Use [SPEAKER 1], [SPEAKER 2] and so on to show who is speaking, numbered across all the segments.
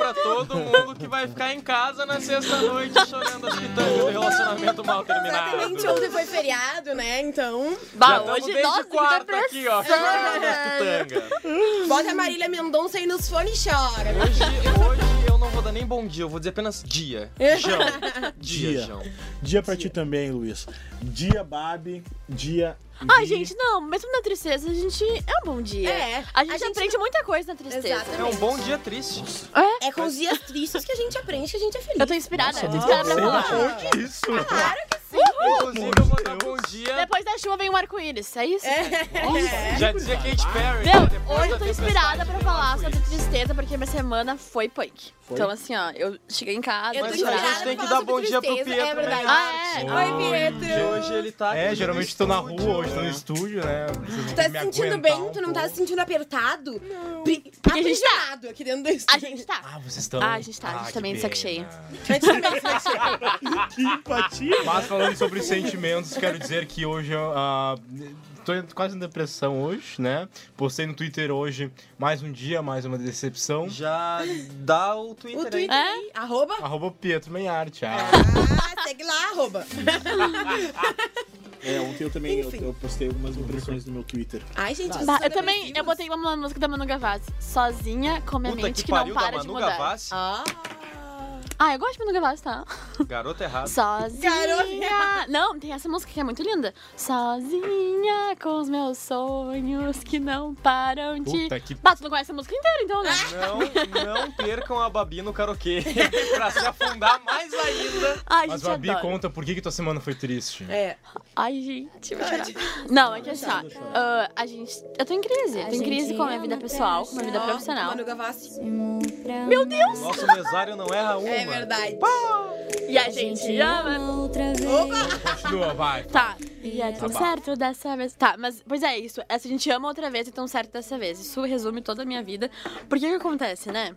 [SPEAKER 1] é todo mundo que vai ficar em casa na sexta-noite chorando as pitangas do relacionamento mal terminado.
[SPEAKER 2] Exatamente, ontem foi feriado, né? Então,
[SPEAKER 1] Já
[SPEAKER 3] Bah,
[SPEAKER 1] tamo
[SPEAKER 3] hoje,
[SPEAKER 1] desde
[SPEAKER 3] nossa, né? que
[SPEAKER 1] quarta
[SPEAKER 3] depressão.
[SPEAKER 1] aqui, ó, chorando as pitangas.
[SPEAKER 2] bota a Marília Mendonça aí nos fones e chora.
[SPEAKER 1] Hoje, hoje eu não vou dar nem bom dia, eu vou dizer apenas dia. Jão. Dia,
[SPEAKER 4] Dia.
[SPEAKER 1] Jão.
[SPEAKER 4] Dia pra ti também, Luiz. Dia, Babi. Dia.
[SPEAKER 3] Ai,
[SPEAKER 4] Vi.
[SPEAKER 3] Ah, gente, não, mesmo na tristeza, a gente é um bom dia.
[SPEAKER 2] É,
[SPEAKER 3] A gente
[SPEAKER 2] a gente
[SPEAKER 3] aprende muita coisa na tristeza.
[SPEAKER 2] Exatamente.
[SPEAKER 1] É um bom dia triste.
[SPEAKER 2] É com os dias tristes que a gente aprende que a gente é feliz.
[SPEAKER 3] Eu tô inspirada,
[SPEAKER 4] Nossa,
[SPEAKER 3] eu tô inspirada pra
[SPEAKER 4] pelo
[SPEAKER 3] falar.
[SPEAKER 4] amor de isso.
[SPEAKER 1] Inclusive, eu vou dar bom dia.
[SPEAKER 3] Depois da chuva vem um arco-íris, é isso?
[SPEAKER 2] É.
[SPEAKER 1] Já dizia Kate Perry.
[SPEAKER 3] Meu,
[SPEAKER 1] né? Depois
[SPEAKER 3] hoje
[SPEAKER 1] da
[SPEAKER 3] eu tô
[SPEAKER 1] tempestade
[SPEAKER 3] inspirada pra
[SPEAKER 1] vem o
[SPEAKER 3] falar
[SPEAKER 1] arco-íris.
[SPEAKER 3] sobre tristeza, porque minha semana foi punk. Então, assim, ó, eu cheguei em casa.
[SPEAKER 2] Eu tô
[SPEAKER 1] Mas
[SPEAKER 3] chorava.
[SPEAKER 1] a
[SPEAKER 2] inspirada
[SPEAKER 1] gente tem
[SPEAKER 2] pra
[SPEAKER 1] que
[SPEAKER 2] falar
[SPEAKER 1] dar
[SPEAKER 2] sobre
[SPEAKER 1] bom dia pro
[SPEAKER 2] tristeza,
[SPEAKER 1] Pietro.
[SPEAKER 2] é verdade.
[SPEAKER 1] né?
[SPEAKER 3] Ah, é?
[SPEAKER 2] Oi,
[SPEAKER 1] Que
[SPEAKER 2] Pietro.
[SPEAKER 1] hoje ele tá aqui
[SPEAKER 5] É,
[SPEAKER 1] no
[SPEAKER 5] geralmente tô na rua, hoje tô no
[SPEAKER 1] estúdio.
[SPEAKER 5] estúdio, né? Vocês vão
[SPEAKER 2] Tu tá
[SPEAKER 5] me
[SPEAKER 2] se sentindo
[SPEAKER 5] aguentar
[SPEAKER 2] bem?
[SPEAKER 5] um
[SPEAKER 2] Tu não tá
[SPEAKER 5] pouco.
[SPEAKER 2] se sentindo apertado? Não.
[SPEAKER 3] a gente tá.
[SPEAKER 2] Aprisionado aqui dentro do
[SPEAKER 3] A
[SPEAKER 2] estúdio.
[SPEAKER 3] gente tá.
[SPEAKER 5] Ah, vocês estão.
[SPEAKER 3] Ah, a gente tá, a gente
[SPEAKER 5] que
[SPEAKER 3] também de saco cheio.
[SPEAKER 5] pena.
[SPEAKER 4] Que empatia.
[SPEAKER 5] Mas falando sobre sentimentos, quero dizer que hoje eu. ah, Tô quase em depressão hoje, né? Postei no Twitter hoje mais um dia, mais uma decepção.
[SPEAKER 1] Já dá o Twitter,
[SPEAKER 2] O
[SPEAKER 1] aí.
[SPEAKER 2] Twitter
[SPEAKER 3] É?
[SPEAKER 2] aí, arroba.
[SPEAKER 5] Arroba Pietro Meiarte. Ah,
[SPEAKER 2] Ah, segue lá, arroba.
[SPEAKER 4] É, ontem eu também eu,
[SPEAKER 2] Enfim.
[SPEAKER 4] eu postei algumas impressões no meu Twitter.
[SPEAKER 2] Ai, gente, tá vocês
[SPEAKER 3] Bah,
[SPEAKER 2] são
[SPEAKER 3] Tá. eu também, eu
[SPEAKER 2] depressivos.
[SPEAKER 3] botei uma música da Manu Gavassi. Sozinha, com a minha
[SPEAKER 1] Puta
[SPEAKER 3] mente
[SPEAKER 1] que
[SPEAKER 3] que, não
[SPEAKER 1] pariu da
[SPEAKER 3] para de
[SPEAKER 1] Manu
[SPEAKER 3] mudar.
[SPEAKER 1] Gavassi.
[SPEAKER 2] Ah.
[SPEAKER 3] Ah, eu gosto de Manu Gavassi, tá?
[SPEAKER 1] Garoto errado.
[SPEAKER 3] Sozinha.
[SPEAKER 2] Garotinha.
[SPEAKER 3] Não, tem essa música que é muito linda. Sozinha com os meus sonhos que não param de.
[SPEAKER 5] Puta que-
[SPEAKER 3] Bah, tu não conhece a música inteira, então, né?
[SPEAKER 1] Não, não percam a Babi no karaokê pra se afundar mais ainda.
[SPEAKER 3] Ai,
[SPEAKER 5] Mas,
[SPEAKER 3] gente, eu
[SPEAKER 5] Babi,
[SPEAKER 3] adoro.
[SPEAKER 5] conta por que, que tua semana foi triste.
[SPEAKER 2] É.
[SPEAKER 3] Ai, gente, vou chorar. Não, é que assim, ó, ah, a gente. Eu tô em crise. Eu tô em crise com a minha vida pessoal, com a minha vida
[SPEAKER 2] Ó,
[SPEAKER 3] É profissional.
[SPEAKER 2] Manu Gavassi.
[SPEAKER 3] Meu Deus!
[SPEAKER 1] Nosso mesário não erra
[SPEAKER 5] um,
[SPEAKER 1] uma.
[SPEAKER 2] É verdade.
[SPEAKER 3] E a gente ama.
[SPEAKER 6] outra vez.
[SPEAKER 5] Continua, vai.
[SPEAKER 3] Tá. E é tão
[SPEAKER 5] Tá bom.
[SPEAKER 3] certo dessa vez. Tá, mas, pois é, isso. Essa gente ama outra vez e tão certo dessa vez. Isso resume toda a minha vida. Porque o que acontece, né?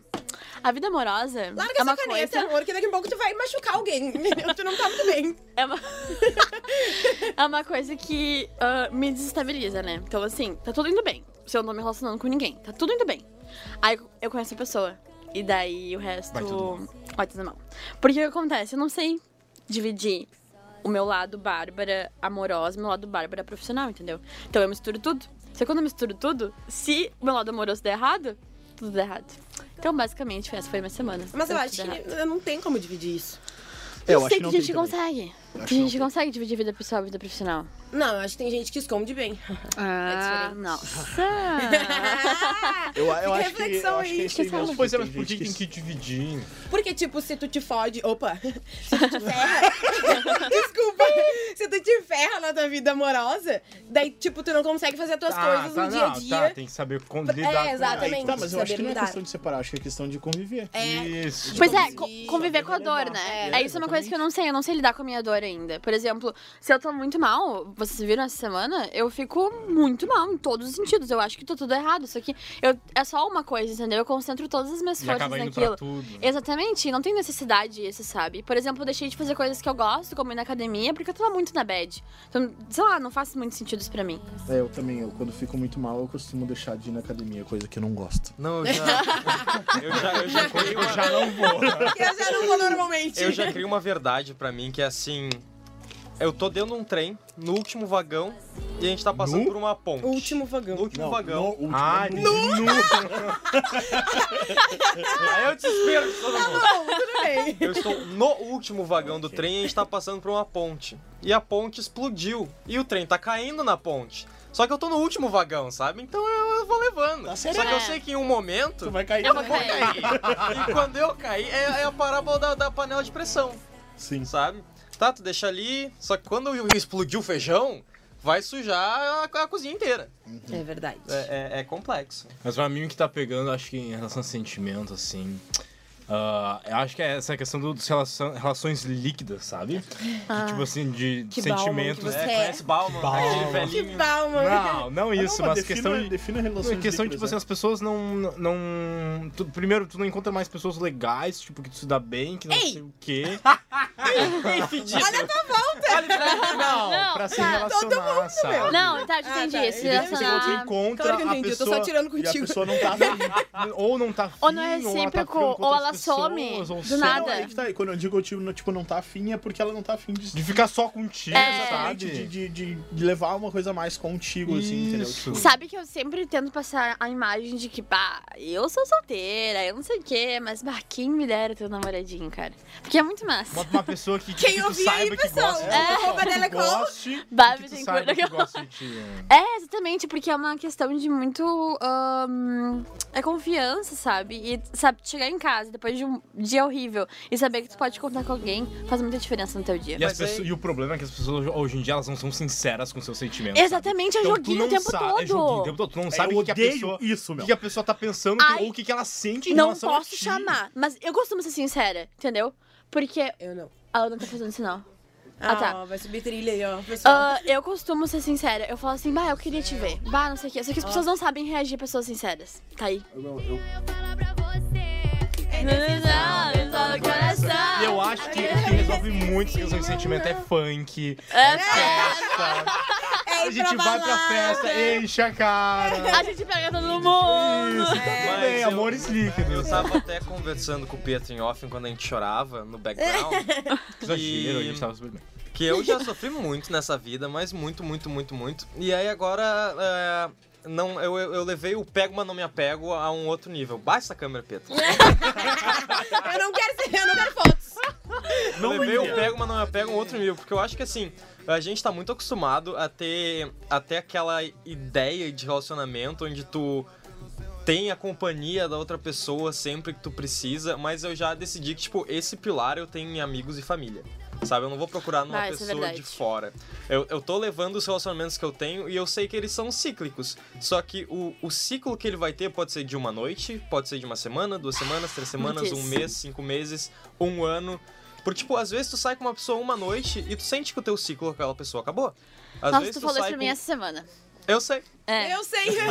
[SPEAKER 3] A vida amorosa
[SPEAKER 2] Larga
[SPEAKER 3] é
[SPEAKER 2] essa
[SPEAKER 3] uma
[SPEAKER 2] caneta,
[SPEAKER 3] coisa.
[SPEAKER 2] amor, que daqui a pouco tu vai machucar alguém. entendeu? tu não tá muito bem.
[SPEAKER 3] É uma, é uma coisa que ah, me desestabiliza, né? Então, assim, tá tudo indo bem. Se eu não tô me relacionando com ninguém, tá tudo indo bem. Aí eu conheço a pessoa. E daí o resto.
[SPEAKER 5] Vai tudo mal.
[SPEAKER 3] Vai tudo mal. Porque o que acontece? Eu não sei dividir o meu lado Bárbara amorosa e meu lado Bárbara profissional, entendeu? Então eu misturo tudo. Só que quando eu misturo tudo, se o meu lado amoroso der errado, tudo dá errado. Então, basicamente, essa foi a minha semana.
[SPEAKER 2] Mas eu
[SPEAKER 3] Tudo
[SPEAKER 2] acho
[SPEAKER 3] dá errado.
[SPEAKER 2] que eu não tem como dividir isso.
[SPEAKER 4] Eu
[SPEAKER 3] Eu
[SPEAKER 4] acho
[SPEAKER 3] sei
[SPEAKER 4] que
[SPEAKER 3] que
[SPEAKER 4] não
[SPEAKER 3] a
[SPEAKER 4] tem
[SPEAKER 3] gente
[SPEAKER 4] também.
[SPEAKER 3] consegue.
[SPEAKER 4] Acho
[SPEAKER 3] Que
[SPEAKER 4] que
[SPEAKER 3] a
[SPEAKER 4] não
[SPEAKER 3] gente consegue dividir vida pessoal e vida profissional.
[SPEAKER 2] Não, eu acho que tem gente que esconde bem.
[SPEAKER 3] Ah,
[SPEAKER 2] diferente.
[SPEAKER 3] nossa.
[SPEAKER 4] Eu, eu
[SPEAKER 2] Fica
[SPEAKER 4] acho que,
[SPEAKER 2] reflexão
[SPEAKER 4] eu acho que
[SPEAKER 2] aí.
[SPEAKER 4] é isso aí mesmo.
[SPEAKER 5] Pois é, mas
[SPEAKER 4] Tem
[SPEAKER 5] por que
[SPEAKER 4] gente
[SPEAKER 5] tem que dividir?
[SPEAKER 2] Porque, tipo, se tu te fode. Opa! Se tu te ferra. Desculpa! Se tu te ferra na tua vida amorosa, daí, tipo, tu não consegue fazer as tuas coisas no dia a
[SPEAKER 5] não,
[SPEAKER 2] dia. É,
[SPEAKER 5] Tá, tem que saber como lidar
[SPEAKER 2] exatamente.
[SPEAKER 4] Aí, tá, mas eu acho que não é
[SPEAKER 2] Saber
[SPEAKER 4] questão de separar, acho que é questão de conviver.
[SPEAKER 5] com
[SPEAKER 2] É.
[SPEAKER 5] isso.
[SPEAKER 3] Pois é,
[SPEAKER 2] Conviver.
[SPEAKER 3] co- conviver com a dor, né?
[SPEAKER 4] É,
[SPEAKER 3] É, isso é uma coisa que eu não sei, eu não sei lidar com a minha dor ainda. Por exemplo, se eu tô muito mal, vocês viram essa semana, eu fico muito mal em todos os sentidos. Eu acho que tô tudo errado. Só que eu, é só uma coisa, entendeu? Eu concentro todas as minhas
[SPEAKER 5] E
[SPEAKER 3] forças
[SPEAKER 5] acaba indo
[SPEAKER 3] naquilo.
[SPEAKER 5] pra tudo.
[SPEAKER 3] Exatamente, não tem necessidade isso, sabe? Por exemplo, eu deixei de fazer coisas que eu gosto, como ir na academia, porque eu tava muito na bad. Então, sei lá, não faz muito sentido isso pra mim.
[SPEAKER 4] É, eu também, eu, quando fico muito mal, eu costumo deixar de ir na academia, coisa que eu não gosto.
[SPEAKER 1] Não, eu já. Eu já, eu já criei
[SPEAKER 5] Eu
[SPEAKER 1] uma,
[SPEAKER 5] já não vou.
[SPEAKER 2] Que eu já não vou normalmente.
[SPEAKER 1] eu já criei uma verdade pra mim que é assim. Eu tô dentro de um trem, no último vagão, e a gente tá passando
[SPEAKER 5] No?
[SPEAKER 1] por uma ponte.
[SPEAKER 2] O último
[SPEAKER 1] No
[SPEAKER 2] vagão.
[SPEAKER 1] último vagão.
[SPEAKER 4] último,
[SPEAKER 5] Ah,
[SPEAKER 4] no-
[SPEAKER 1] Aí eu desespero de todo mundo.
[SPEAKER 2] Bom, tudo bem.
[SPEAKER 1] Eu estou no último vagão do trem e a gente tá passando por uma ponte. E a ponte explodiu. E o trem tá caindo na ponte. Só que eu tô no último vagão, sabe? Então eu, eu vou levando.
[SPEAKER 4] Tá
[SPEAKER 1] Só
[SPEAKER 4] certo.
[SPEAKER 1] que eu
[SPEAKER 3] É.
[SPEAKER 1] sei que em um momento.
[SPEAKER 4] Tu vai cair.
[SPEAKER 3] Eu vou
[SPEAKER 4] né?
[SPEAKER 3] cair.
[SPEAKER 1] E quando eu caí, é, é a parábola da, da panela de pressão,
[SPEAKER 4] Sim.
[SPEAKER 1] sabe? Tá, tu deixa ali, só que quando explodiu o feijão, vai sujar a, a cozinha inteira.
[SPEAKER 2] É verdade.
[SPEAKER 1] É, é- é complexo.
[SPEAKER 5] Mas pra mim o que tá pegando, acho que em relação a sentimento, assim. ah, eu acho que é essa questão do- dos relação- relações líquidas, sabe? que, tipo assim, de
[SPEAKER 2] que
[SPEAKER 5] sentimentos.
[SPEAKER 2] Você
[SPEAKER 1] É,
[SPEAKER 2] é-
[SPEAKER 1] conhece Bauman, aquele
[SPEAKER 2] Que
[SPEAKER 1] velhinho.
[SPEAKER 2] palma.
[SPEAKER 5] Não, não isso,
[SPEAKER 4] Não,
[SPEAKER 5] mas
[SPEAKER 4] defina-
[SPEAKER 5] questão de.
[SPEAKER 4] Defina relações
[SPEAKER 5] É questão de,
[SPEAKER 4] líquidas,
[SPEAKER 5] tipo assim,
[SPEAKER 4] né?
[SPEAKER 5] as pessoas não. não tu- primeiro, tu não encontra mais pessoas legais, tipo, que tu se dá bem, que não
[SPEAKER 2] Ei!
[SPEAKER 5] sei o quê.
[SPEAKER 1] Ei, fedido.
[SPEAKER 2] Olha a tua volta.
[SPEAKER 1] Qualidade não.
[SPEAKER 3] Não,
[SPEAKER 5] pra se
[SPEAKER 3] tá.
[SPEAKER 5] relacionar, sabe? tipo
[SPEAKER 3] Não, tá,
[SPEAKER 2] Ah, tá.
[SPEAKER 3] entendi. Se
[SPEAKER 2] Ele
[SPEAKER 5] Você você
[SPEAKER 3] relacionar.
[SPEAKER 5] assim, encontra
[SPEAKER 2] Claro que eu
[SPEAKER 5] a
[SPEAKER 2] entendi, eu tô
[SPEAKER 5] pessoa
[SPEAKER 2] só tirando
[SPEAKER 5] e a
[SPEAKER 2] contigo.
[SPEAKER 5] pessoa não tá afim, ou não tá afim,
[SPEAKER 3] Ou não é
[SPEAKER 5] ela tá
[SPEAKER 3] recíproco,
[SPEAKER 5] ficando com
[SPEAKER 3] ou
[SPEAKER 5] outras
[SPEAKER 3] ela some
[SPEAKER 5] pessoas, ou
[SPEAKER 3] do
[SPEAKER 5] some.
[SPEAKER 3] nada.
[SPEAKER 4] Não, aí que tá. E quando eu digo, tipo, tipo, não tá afim, é porque ela não tá afim de,
[SPEAKER 5] De ficar só contigo,
[SPEAKER 3] É.
[SPEAKER 5] sabe?
[SPEAKER 4] de, de, de- de levar uma coisa a mais contigo, assim, entendeu?
[SPEAKER 5] Isso.
[SPEAKER 4] Tipo,
[SPEAKER 3] Sabe que eu sempre tento passar a imagem de que, pá, eu sou solteira, eu não sei o quê, mas bah, quem me dera ter um namoradinho, cara. Porque é muito massa.
[SPEAKER 5] Bota uma pessoa que,
[SPEAKER 2] Quem
[SPEAKER 5] que tu
[SPEAKER 2] ouvir
[SPEAKER 5] saiba
[SPEAKER 2] aí,
[SPEAKER 5] que
[SPEAKER 2] pessoal?
[SPEAKER 5] gosta.
[SPEAKER 2] É.
[SPEAKER 5] que tu
[SPEAKER 2] Roupa dela é qual?
[SPEAKER 5] goste, e
[SPEAKER 3] Babi
[SPEAKER 5] que tu
[SPEAKER 3] tem
[SPEAKER 5] saiba
[SPEAKER 3] cor-
[SPEAKER 5] que gosta de ti.
[SPEAKER 3] É, exatamente, porque é uma questão de muito. ahn, é confiança, sabe? E, sabe, chegar em casa depois de um dia horrível e saber que tu pode contar com alguém faz muita diferença no teu dia.
[SPEAKER 5] E, as
[SPEAKER 1] Mas aí-
[SPEAKER 5] pessoas- e o problema é que as pessoas hoje em dia elas não são sinceras com seus sentimentos.
[SPEAKER 3] Exatamente, é
[SPEAKER 5] Então, tu
[SPEAKER 3] joguinho
[SPEAKER 5] não
[SPEAKER 3] o tempo
[SPEAKER 5] sa-
[SPEAKER 3] todo.
[SPEAKER 5] É joguinho o tempo todo. Tu não sabe
[SPEAKER 4] eu
[SPEAKER 5] o que a
[SPEAKER 4] odeio
[SPEAKER 5] pessoa.
[SPEAKER 4] isso,
[SPEAKER 5] O
[SPEAKER 4] meu.
[SPEAKER 5] que a pessoa tá pensando que-
[SPEAKER 3] Ai,
[SPEAKER 5] ou o que, que ela sente em
[SPEAKER 3] não
[SPEAKER 5] relação a
[SPEAKER 3] posso
[SPEAKER 5] ti.
[SPEAKER 3] chamar, mas eu costumo ser sincera, entendeu? Porque
[SPEAKER 2] Eu não.
[SPEAKER 3] a Ana tá fazendo sinal.
[SPEAKER 2] Ah,
[SPEAKER 3] Ah, tá.
[SPEAKER 2] ó, vai subir trilha aí, ó, pessoal.
[SPEAKER 3] Ah, eu costumo ser sincera. Eu falo assim, bah, eu queria te ver. Bah, não sei o quê. Só que as pessoas não sabem reagir a pessoas sinceras. Tá aí.
[SPEAKER 4] eu- eu-
[SPEAKER 5] E eu acho que o que resolve muito essa questão de sentimento é funk.
[SPEAKER 3] É,
[SPEAKER 5] Festa.
[SPEAKER 2] é
[SPEAKER 5] A gente vai pra festa, enche a cara.
[SPEAKER 3] A gente pega todo mundo.
[SPEAKER 5] Isso, tá tudo bem,
[SPEAKER 1] Mas eu-
[SPEAKER 5] amores
[SPEAKER 1] Eu
[SPEAKER 5] líquidos.
[SPEAKER 1] tava até conversando com o Pietro em off quando a gente chorava no background.
[SPEAKER 5] Exagero, a gente tava super bem.
[SPEAKER 1] Que eu já sofri muito nessa vida, mas muito, muito, muito, muito. E aí agora. é, não, eu, eu eu levei o pego, mas não me apego a um outro nível. Baixa essa câmera, Pedro.
[SPEAKER 2] Eu não quero ser, eu não quero fotos.
[SPEAKER 1] Eu levei o pego, mas não me apego a um outro nível. Porque eu acho que assim, a gente tá muito acostumado a ter até aquela ideia de relacionamento onde tu tem a companhia da outra pessoa sempre que tu precisa, mas eu já decidi que, tipo, esse pilar eu tenho em amigos e família. Sabe, eu não vou procurar numa
[SPEAKER 3] Ah, isso é
[SPEAKER 1] pessoa
[SPEAKER 3] verdade.
[SPEAKER 1] de fora. Eu, eu tô levando os relacionamentos que eu tenho e eu sei que eles são cíclicos. Só que o, o ciclo que ele vai ter pode ser de uma noite, pode ser de uma semana, duas semanas, três semanas, um
[SPEAKER 3] isso.
[SPEAKER 1] mês, cinco meses, um ano. Porque, tipo, às vezes tu sai com uma pessoa uma noite e tu sente que o teu ciclo com aquela pessoa acabou. Às
[SPEAKER 3] Nossa,
[SPEAKER 1] vezes
[SPEAKER 3] tu falou isso
[SPEAKER 1] sai
[SPEAKER 3] pra mim
[SPEAKER 1] com-
[SPEAKER 3] essa semana.
[SPEAKER 1] Eu sei.
[SPEAKER 3] É.
[SPEAKER 2] Eu sei, eu sei.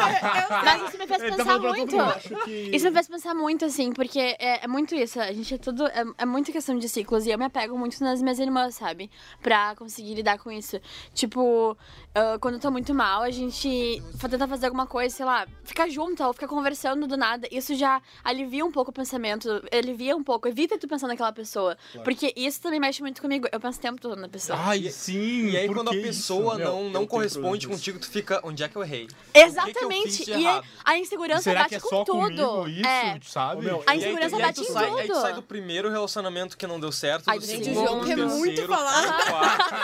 [SPEAKER 3] Mas isso me fez
[SPEAKER 5] Ele tá
[SPEAKER 3] pensar
[SPEAKER 5] falando pra todo
[SPEAKER 3] muito.
[SPEAKER 5] mundo.
[SPEAKER 4] acho que-
[SPEAKER 3] Isso me fez pensar muito, assim, porque é, é muito isso. A gente é tudo. É, é muito questão de ciclos. E eu me apego muito nas minhas irmãs, sabe? Pra conseguir lidar com isso. Tipo, ah, quando eu tô muito mal, a gente fa- tenta fazer alguma coisa, sei lá, ficar junta ou ficar conversando do nada. Isso já alivia um pouco o pensamento, alivia um pouco, evita tu pensar naquela pessoa. Porque isso também mexe muito comigo. Eu penso o tempo todo na pessoa.
[SPEAKER 1] Ah,
[SPEAKER 5] Ai, sim.
[SPEAKER 1] E aí,
[SPEAKER 5] por
[SPEAKER 1] quando a
[SPEAKER 5] que
[SPEAKER 1] pessoa não,
[SPEAKER 5] isso?
[SPEAKER 4] Meu, eu
[SPEAKER 1] não
[SPEAKER 4] tenho problema
[SPEAKER 1] corresponde
[SPEAKER 4] disso.
[SPEAKER 1] contigo, tu fica. Onde é que eu errei?
[SPEAKER 3] Exatamente.
[SPEAKER 1] O que que eu fiz de
[SPEAKER 3] e a-
[SPEAKER 1] errado?
[SPEAKER 3] a insegurança
[SPEAKER 5] Será
[SPEAKER 3] bate
[SPEAKER 5] que é
[SPEAKER 3] com
[SPEAKER 5] só comigo
[SPEAKER 3] tudo.
[SPEAKER 5] isso,
[SPEAKER 3] É.
[SPEAKER 5] sabe?
[SPEAKER 4] Ô, meu,
[SPEAKER 3] A
[SPEAKER 1] E aí-
[SPEAKER 3] insegurança
[SPEAKER 1] e aí
[SPEAKER 3] bate
[SPEAKER 1] tu
[SPEAKER 3] em
[SPEAKER 1] sai, Aí tu
[SPEAKER 3] tudo.
[SPEAKER 1] sai do primeiro relacionamento que não deu certo,
[SPEAKER 3] Ai,
[SPEAKER 1] do
[SPEAKER 3] gente,
[SPEAKER 1] segundo,
[SPEAKER 3] o João
[SPEAKER 1] do
[SPEAKER 3] quer
[SPEAKER 1] terceiro,
[SPEAKER 2] muito falar.
[SPEAKER 1] do quarto,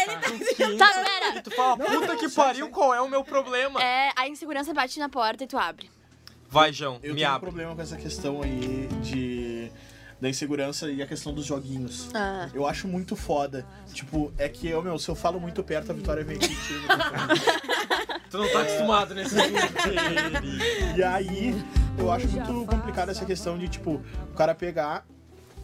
[SPEAKER 2] Ele tá
[SPEAKER 1] do quinto.
[SPEAKER 3] Tá, pera.
[SPEAKER 1] E tu fala, puta que pariu, qual é o meu problema?
[SPEAKER 3] É, a insegurança bate na porta e tu abre.
[SPEAKER 1] Vai, João,
[SPEAKER 4] Eu
[SPEAKER 1] me
[SPEAKER 4] tenho um
[SPEAKER 1] abre.
[SPEAKER 4] problema com essa questão aí de da insegurança e a questão dos joguinhos.
[SPEAKER 3] Ah.
[SPEAKER 4] Eu acho muito foda. Tipo, é que eu, meu, se eu falo muito perto, a vitória vem aqui. e tira.
[SPEAKER 1] Tu não tá acostumado nesse mundo.
[SPEAKER 4] E aí, eu acho muito complicado essa questão de, tipo, o cara pegar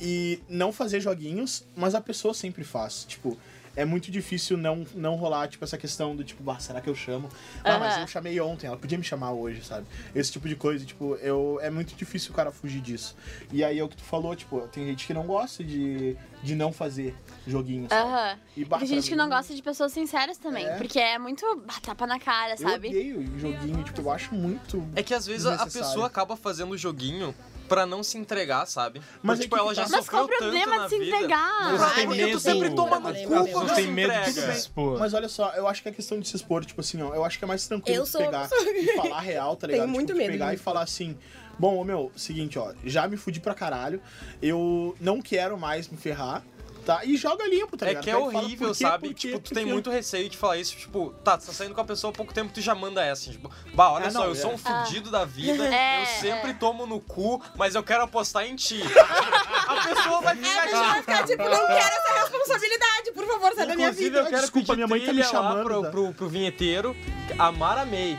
[SPEAKER 4] e não fazer joguinhos, mas a pessoa sempre faz. Tipo, é muito difícil não, não rolar, tipo, essa questão do tipo, bah, será que eu chamo? Ah, mas
[SPEAKER 3] Aham.
[SPEAKER 4] eu chamei ontem, ela podia me chamar hoje, sabe? Esse tipo de coisa, tipo, eu, é muito difícil o cara fugir disso. E aí é o que tu falou, tipo, tem gente que não gosta de, de não fazer joguinhos. sabe?
[SPEAKER 3] Aham.
[SPEAKER 4] E bah,
[SPEAKER 3] Tem
[SPEAKER 4] pra
[SPEAKER 3] gente que não
[SPEAKER 4] mim,
[SPEAKER 3] gosta de pessoas sinceras também,
[SPEAKER 4] É.
[SPEAKER 3] porque é muito ah, tapa na cara,
[SPEAKER 4] Eu
[SPEAKER 3] sabe?
[SPEAKER 4] odeio joguinho, tipo, eu acho muito.
[SPEAKER 1] É que às vezes a- a
[SPEAKER 4] Desnecessário.
[SPEAKER 1] pessoa acaba fazendo o joguinho pra não se entregar, sabe?
[SPEAKER 4] Mas
[SPEAKER 1] Mas,
[SPEAKER 4] é
[SPEAKER 1] tipo,
[SPEAKER 4] que
[SPEAKER 1] ela
[SPEAKER 4] que
[SPEAKER 1] já
[SPEAKER 4] tá-
[SPEAKER 3] Mas qual
[SPEAKER 1] sofreu
[SPEAKER 3] o
[SPEAKER 1] tanto
[SPEAKER 3] problema
[SPEAKER 1] na
[SPEAKER 3] de se
[SPEAKER 1] vida.
[SPEAKER 3] entregar?
[SPEAKER 5] Vocês têm
[SPEAKER 1] Ai, porque
[SPEAKER 5] medo.
[SPEAKER 1] tu sempre toma no
[SPEAKER 2] As
[SPEAKER 1] cu
[SPEAKER 5] As
[SPEAKER 1] quando
[SPEAKER 5] pessoas
[SPEAKER 1] se
[SPEAKER 5] têm medo de
[SPEAKER 1] entrega.
[SPEAKER 5] se expor.
[SPEAKER 4] Mas olha só, eu acho que a questão de se expor, tipo assim, ó, eu acho que é mais tranquilo
[SPEAKER 2] Eu
[SPEAKER 4] tu
[SPEAKER 2] sou uma
[SPEAKER 4] pegar
[SPEAKER 2] pessoa-
[SPEAKER 4] e falar real, tá
[SPEAKER 2] Tenho
[SPEAKER 4] ligado?
[SPEAKER 2] muito
[SPEAKER 4] tipo, tu
[SPEAKER 2] medo
[SPEAKER 4] pegar e
[SPEAKER 2] disso.
[SPEAKER 4] falar assim, bom, ô, meu, seguinte, ó, já me fudi pra caralho, eu não quero mais me ferrar, tá? E joga limpo, tá
[SPEAKER 1] É
[SPEAKER 4] ligado?
[SPEAKER 1] que é
[SPEAKER 4] Pega e fala,
[SPEAKER 1] horrível,
[SPEAKER 4] por quê,
[SPEAKER 1] sabe?
[SPEAKER 4] por quê,
[SPEAKER 1] tipo, tu
[SPEAKER 4] por
[SPEAKER 1] tem
[SPEAKER 4] quê?
[SPEAKER 1] muito receio de falar isso. Tipo, tá, tu tá saindo com a pessoa há pouco tempo, tu já manda essa. Tipo, bah, olha
[SPEAKER 4] Ah,
[SPEAKER 1] só,
[SPEAKER 4] não,
[SPEAKER 1] eu sou um
[SPEAKER 4] é.
[SPEAKER 1] fudido da vida,
[SPEAKER 3] É,
[SPEAKER 1] eu sempre
[SPEAKER 3] é.
[SPEAKER 1] tomo no cu, mas eu quero apostar em ti. a pessoa vai
[SPEAKER 2] É, a
[SPEAKER 1] ficar
[SPEAKER 2] pessoa vai ficar tipo, não quero essa responsabilidade, por favor, sai da minha
[SPEAKER 4] Inclusive,
[SPEAKER 2] vida.
[SPEAKER 1] eu quero
[SPEAKER 4] Desculpa,
[SPEAKER 1] pedir
[SPEAKER 4] minha mãe tá me
[SPEAKER 1] trilha lá
[SPEAKER 4] chamando,
[SPEAKER 1] pro,
[SPEAKER 4] tá?
[SPEAKER 1] pro, pro vinheteiro, Amar Amei.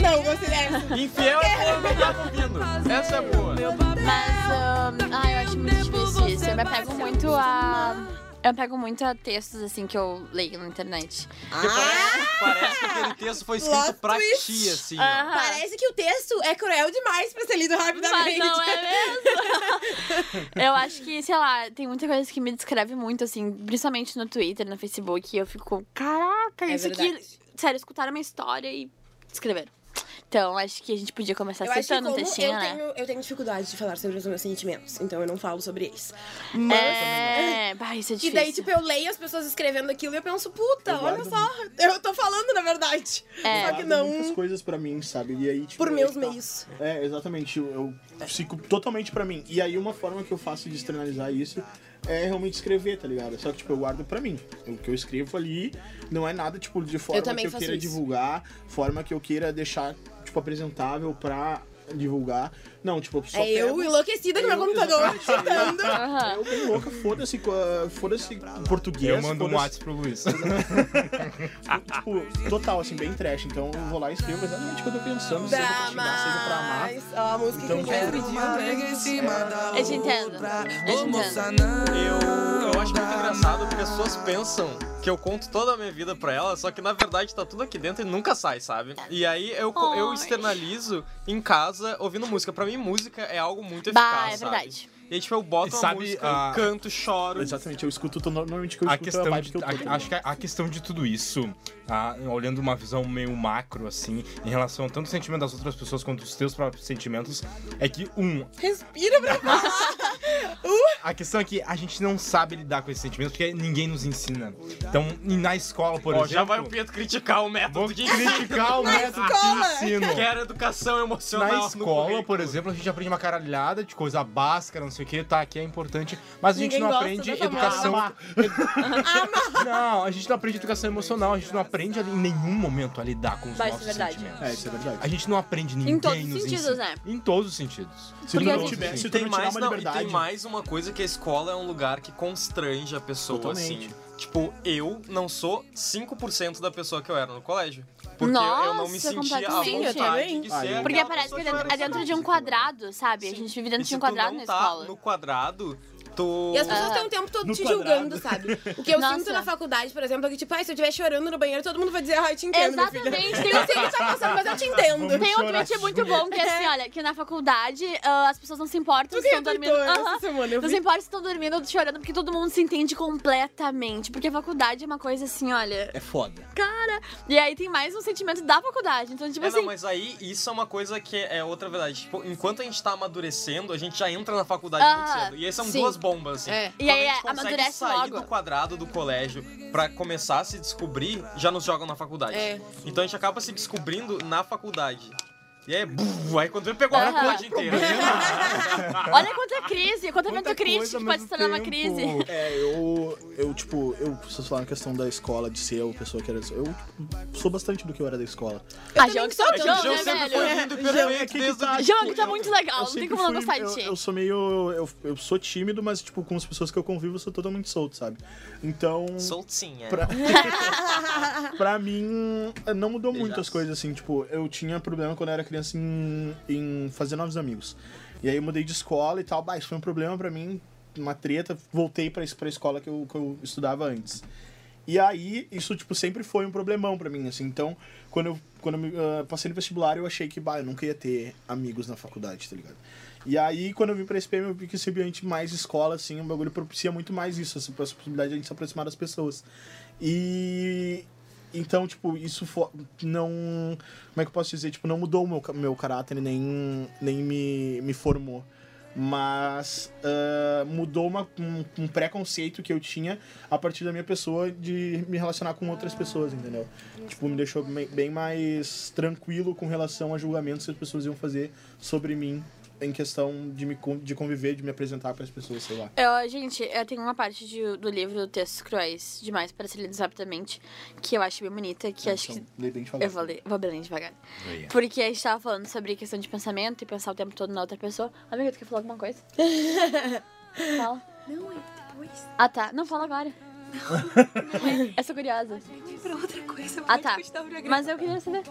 [SPEAKER 2] Não, você assim. deve.
[SPEAKER 1] Infiel é boa, não tava ouvindo. Essa é boa.
[SPEAKER 3] Mas, hum, ai, eu acho muito difícil isso. Eu me apego muito a. Eu me apego muito a textos assim que eu leio na internet.
[SPEAKER 1] Porque
[SPEAKER 4] Ah!
[SPEAKER 1] parece, parece que aquele texto foi escrito
[SPEAKER 2] Plot
[SPEAKER 1] pra
[SPEAKER 2] twist.
[SPEAKER 1] ti, assim. ó.
[SPEAKER 3] Aham.
[SPEAKER 2] Parece que o texto é cruel demais pra ser lido
[SPEAKER 3] Mas
[SPEAKER 2] rapidamente.
[SPEAKER 3] não é mesmo? Eu acho que, sei lá, tem muita coisa que me descreve muito, assim, principalmente no Twitter, no Facebook, e eu fico, caraca,
[SPEAKER 2] É
[SPEAKER 3] isso aqui.
[SPEAKER 2] verdade.
[SPEAKER 3] Sério, escutaram minha história e escreveram. Então, acho que a gente podia começar
[SPEAKER 2] Eu acho que
[SPEAKER 3] citando
[SPEAKER 2] como
[SPEAKER 3] um
[SPEAKER 2] eu
[SPEAKER 3] textinho, né?
[SPEAKER 2] tenho, eu tenho dificuldade de falar sobre os meus sentimentos, então eu não falo sobre eles.
[SPEAKER 3] É, bah, isso é
[SPEAKER 2] E
[SPEAKER 3] difícil.
[SPEAKER 2] daí, tipo, eu leio as pessoas escrevendo aquilo e eu penso, puta,
[SPEAKER 4] Eu
[SPEAKER 2] olha
[SPEAKER 4] guardo
[SPEAKER 2] só, eu tô falando na verdade.
[SPEAKER 3] É.
[SPEAKER 2] Só que
[SPEAKER 4] guardo muitas
[SPEAKER 2] não
[SPEAKER 4] coisas pra mim, sabe? E aí, tipo,
[SPEAKER 2] por
[SPEAKER 4] aí
[SPEAKER 2] meus
[SPEAKER 4] tá.
[SPEAKER 2] meios.
[SPEAKER 4] É, exatamente. Eu, eu fico totalmente pra mim. E aí uma forma que eu faço de externalizar isso é realmente escrever, tá ligado? Só que, tipo, eu guardo pra mim. O que eu escrevo ali não é nada, tipo, de forma
[SPEAKER 2] também
[SPEAKER 4] que eu
[SPEAKER 2] faço
[SPEAKER 4] queira
[SPEAKER 2] isso.
[SPEAKER 4] divulgar, forma que eu queira deixar, tipo, apresentável pra divulgar. Não, tipo, eu só
[SPEAKER 2] é eu
[SPEAKER 4] pego-
[SPEAKER 2] enlouquecida no meu
[SPEAKER 4] Eu-
[SPEAKER 2] computador,
[SPEAKER 4] exatamente.
[SPEAKER 2] digitando.
[SPEAKER 3] Aham.
[SPEAKER 4] Eu bem louca, foda-se com a- foda-se em português.
[SPEAKER 5] Eu mando um
[SPEAKER 4] foda-se-
[SPEAKER 5] WhatsApp pro Luiz.
[SPEAKER 4] Tipo, total, assim, bem trash. Então eu vou lá e escrevo exatamente o que eu tô pensando. Seja pra
[SPEAKER 2] Dá
[SPEAKER 4] xingar, seja pra amar.
[SPEAKER 2] mais. Ó, a música
[SPEAKER 4] Então,
[SPEAKER 2] que eu quero.
[SPEAKER 6] Uma regra em cima da
[SPEAKER 3] Eu te entendo.
[SPEAKER 6] outra.
[SPEAKER 3] Eu
[SPEAKER 6] Ô,
[SPEAKER 3] te
[SPEAKER 6] moça,
[SPEAKER 3] entendo.
[SPEAKER 6] não.
[SPEAKER 1] Eu, eu acho muito engraçado que pessoas pensam que eu conto toda a minha vida pra ela, só que na verdade tá tudo aqui dentro e nunca sai, sabe? E aí eu, co- eu
[SPEAKER 3] Ai.
[SPEAKER 1] externalizo em casa ouvindo música. Pra mim, música é algo muito eficaz.
[SPEAKER 3] Bah, é
[SPEAKER 1] sabe?
[SPEAKER 3] verdade.
[SPEAKER 1] E aí, tipo, eu boto uma
[SPEAKER 5] Sabe, ah,
[SPEAKER 1] música,
[SPEAKER 5] a-
[SPEAKER 1] canto, choro.
[SPEAKER 4] Exatamente, eu escuto to- normalmente o que eu
[SPEAKER 5] a
[SPEAKER 4] escuto é a
[SPEAKER 5] questão
[SPEAKER 4] vibe
[SPEAKER 5] de,
[SPEAKER 4] que eu tô.
[SPEAKER 5] a-
[SPEAKER 4] tá
[SPEAKER 5] acho que a, a questão de tudo isso, ah, olhando uma visão meio macro, assim, em relação tanto ao sentimento das outras pessoas quanto os teus próprios sentimentos, é que, um,
[SPEAKER 2] Respira pra cá.
[SPEAKER 5] a questão é que a gente não sabe lidar com esses sentimentos porque ninguém nos ensina. Então, e na escola, por
[SPEAKER 1] Ó,
[SPEAKER 5] exemplo.
[SPEAKER 1] já vai um o Pietro criticar o
[SPEAKER 5] Vou
[SPEAKER 1] método de ensino,
[SPEAKER 5] criticar o método
[SPEAKER 2] escola.
[SPEAKER 5] de ensino.
[SPEAKER 1] que era educação emocional.
[SPEAKER 5] Na
[SPEAKER 1] no
[SPEAKER 5] escola,
[SPEAKER 1] currículo.
[SPEAKER 5] por exemplo, a gente aprende uma caralhada de coisa básica, não sei o que, tá, aqui é importante, mas a gente
[SPEAKER 2] Ninguém
[SPEAKER 5] não
[SPEAKER 2] gosta
[SPEAKER 5] aprende
[SPEAKER 2] dessa
[SPEAKER 5] educação. Não, a gente não aprende educação emocional, a gente não aprende ali em nenhum momento a lidar com os
[SPEAKER 3] Vai, isso
[SPEAKER 5] nossos
[SPEAKER 3] é verdade.
[SPEAKER 5] sentimentos.
[SPEAKER 4] É, isso é verdade.
[SPEAKER 5] A gente não aprende ninguém
[SPEAKER 3] todos os
[SPEAKER 5] nos
[SPEAKER 3] sentidos,
[SPEAKER 5] ensina.
[SPEAKER 3] né?
[SPEAKER 5] Em todos os sentidos.
[SPEAKER 4] Se tu
[SPEAKER 3] Porque
[SPEAKER 4] não
[SPEAKER 3] a
[SPEAKER 4] tiver,
[SPEAKER 5] gente-
[SPEAKER 4] se tu
[SPEAKER 1] tem
[SPEAKER 4] não tirar
[SPEAKER 1] mais,
[SPEAKER 4] uma
[SPEAKER 1] não, e
[SPEAKER 4] liberdade.
[SPEAKER 1] tem mais uma coisa que a escola é um lugar que constrange a pessoa,
[SPEAKER 4] Totalmente.
[SPEAKER 1] assim. Tipo, eu não sou 5% da que eu era no colégio. Porque eu não me
[SPEAKER 3] Nossa,
[SPEAKER 1] sentia à
[SPEAKER 3] completamente.
[SPEAKER 2] Sim, eu também.
[SPEAKER 1] vontade de
[SPEAKER 4] Ah,
[SPEAKER 1] ser
[SPEAKER 3] Porque
[SPEAKER 4] eu-
[SPEAKER 2] Então,
[SPEAKER 1] aquela
[SPEAKER 3] parece
[SPEAKER 1] pessoa
[SPEAKER 3] que é
[SPEAKER 1] eu
[SPEAKER 3] dentro,
[SPEAKER 1] era,
[SPEAKER 3] é dentro
[SPEAKER 1] sabe?
[SPEAKER 3] de um quadrado, sabe? A gente vive dentro
[SPEAKER 1] E
[SPEAKER 3] de
[SPEAKER 1] se
[SPEAKER 3] um
[SPEAKER 1] tu
[SPEAKER 3] quadrado
[SPEAKER 1] não
[SPEAKER 3] na
[SPEAKER 1] tá
[SPEAKER 3] escola.
[SPEAKER 1] no quadrado, tu...
[SPEAKER 2] E as pessoas têm o tempo todo
[SPEAKER 4] No
[SPEAKER 2] te
[SPEAKER 4] quadrado.
[SPEAKER 2] julgando, sabe? O que eu
[SPEAKER 3] Nossa.
[SPEAKER 2] sinto na faculdade, por exemplo, é que, tipo, ai, se eu estiver chorando no banheiro, todo mundo vai dizer, ai, eu te entendo, meu filho.
[SPEAKER 3] Exatamente,
[SPEAKER 2] Eu
[SPEAKER 3] tem
[SPEAKER 2] sei o que tá passando, mas eu te entendo.
[SPEAKER 3] Tem um tweet muito bom que é assim, olha, que na faculdade ah, as pessoas não se importam se estão dormindo. Aham.
[SPEAKER 2] é semana, eu
[SPEAKER 3] Não se importam se estão dormindo ou chorando, porque todo mundo se entende completamente. Porque a faculdade é uma coisa assim, olha.
[SPEAKER 5] É foda.
[SPEAKER 3] Cara! E aí tem mais um sentimento da faculdade. Então, tipo
[SPEAKER 1] É,
[SPEAKER 3] assim.
[SPEAKER 1] não, mas aí isso é uma coisa que é outra verdade. Tipo, enquanto a gente tá amadurecendo, a gente já entra na faculdade muito
[SPEAKER 3] Ah,
[SPEAKER 1] cedo. E aí são
[SPEAKER 2] sim.
[SPEAKER 1] duas bombas, assim.
[SPEAKER 2] É.
[SPEAKER 1] Quando
[SPEAKER 3] E aí
[SPEAKER 1] a gente
[SPEAKER 3] é,
[SPEAKER 1] consegue
[SPEAKER 3] amadurece
[SPEAKER 1] sair
[SPEAKER 3] logo.
[SPEAKER 1] do quadrado do colégio pra começar a se descobrir, já nos jogam na faculdade.
[SPEAKER 2] É.
[SPEAKER 1] Então a gente acaba se descobrindo na faculdade. E aí, buf, aí quando vem, pegou a
[SPEAKER 3] Aham.
[SPEAKER 1] faculdade inteira.
[SPEAKER 3] Olha quanta crise, quanto
[SPEAKER 5] Muita
[SPEAKER 3] evento crítico
[SPEAKER 5] coisa ao
[SPEAKER 3] que pode
[SPEAKER 5] mesmo
[SPEAKER 3] se tornar uma
[SPEAKER 5] tempo.
[SPEAKER 3] crise.
[SPEAKER 4] É, eu, eu, tipo, eu, vocês falaram a questão da escola, de ser a pessoa que era. Eu tipo, sou bastante do que eu era da escola.
[SPEAKER 3] a
[SPEAKER 2] também
[SPEAKER 3] João que
[SPEAKER 2] sou
[SPEAKER 3] sou
[SPEAKER 1] É que
[SPEAKER 2] Não,
[SPEAKER 1] o
[SPEAKER 3] João,
[SPEAKER 1] João
[SPEAKER 2] né,
[SPEAKER 1] sempre
[SPEAKER 3] né,
[SPEAKER 1] foi
[SPEAKER 3] velho?
[SPEAKER 1] lindo e perfeito
[SPEAKER 4] que que
[SPEAKER 1] desde o
[SPEAKER 4] tá-
[SPEAKER 3] João, que tá muito legal, não tem
[SPEAKER 4] sempre
[SPEAKER 3] como não gostar de
[SPEAKER 4] eu,
[SPEAKER 3] ti.
[SPEAKER 4] eu sou meio. Eu, eu sou tímido, mas, tipo, com as pessoas que eu convivo, eu sou totalmente solto, sabe? Então.
[SPEAKER 1] Soltinha.
[SPEAKER 4] Pra... pra mim, não mudou muito
[SPEAKER 1] Beijaço.
[SPEAKER 4] as coisas, assim. Tipo, eu tinha problema quando eu era criança em, em fazer novos amigos. E aí eu mudei de escola e tal. Bah, isso foi um problema pra mim, uma treta. Voltei pra, es- pra escola que eu, que eu estudava antes. E aí, isso, tipo, sempre foi um problemão pra mim, assim. Então, quando eu, quando eu me, ah, passei no vestibular, eu achei que, bah, eu nunca ia ter amigos na faculdade, tá ligado? E aí, quando eu vim pra SPM, eu vi que esse ambiente mais escola, assim, o bagulho propicia muito mais isso, essa possibilidade de a gente se aproximar das pessoas. E... Então, tipo, isso fo- não... Como é que eu posso dizer? Tipo, não mudou o meu, ca- meu caráter, nem, nem me, me formou. Mas ah, mudou uma- um, um preconceito que eu tinha a partir da minha pessoa de me relacionar com
[SPEAKER 3] Ah.
[SPEAKER 4] outras pessoas, entendeu? Tipo, me deixou me- bem mais tranquilo com relação a julgamentos que as pessoas iam fazer sobre mim em questão de me con- de conviver, de me apresentar para as pessoas, sei lá.
[SPEAKER 3] Eu, É, gente, eu tenho uma parte de- do livro Textos Cruéis Demais para ser lidos rapidamente, que eu acho bem bonita, que acho que.
[SPEAKER 4] Então, lê bem devagar.
[SPEAKER 3] Eu vou ler, vou bem ler devagar. Porque a gente tava falando sobre questão de pensamento e pensar o tempo todo na outra pessoa. Amiga, tu quer falar alguma coisa? fala.
[SPEAKER 7] Não, é depois.
[SPEAKER 3] Ah, tá. Não, fala agora. eu sou curiosa.
[SPEAKER 7] Vai pra outra coisa.
[SPEAKER 3] Ah,
[SPEAKER 7] pode
[SPEAKER 3] tá.
[SPEAKER 7] continuar o programa.
[SPEAKER 3] Mas eu queria saber.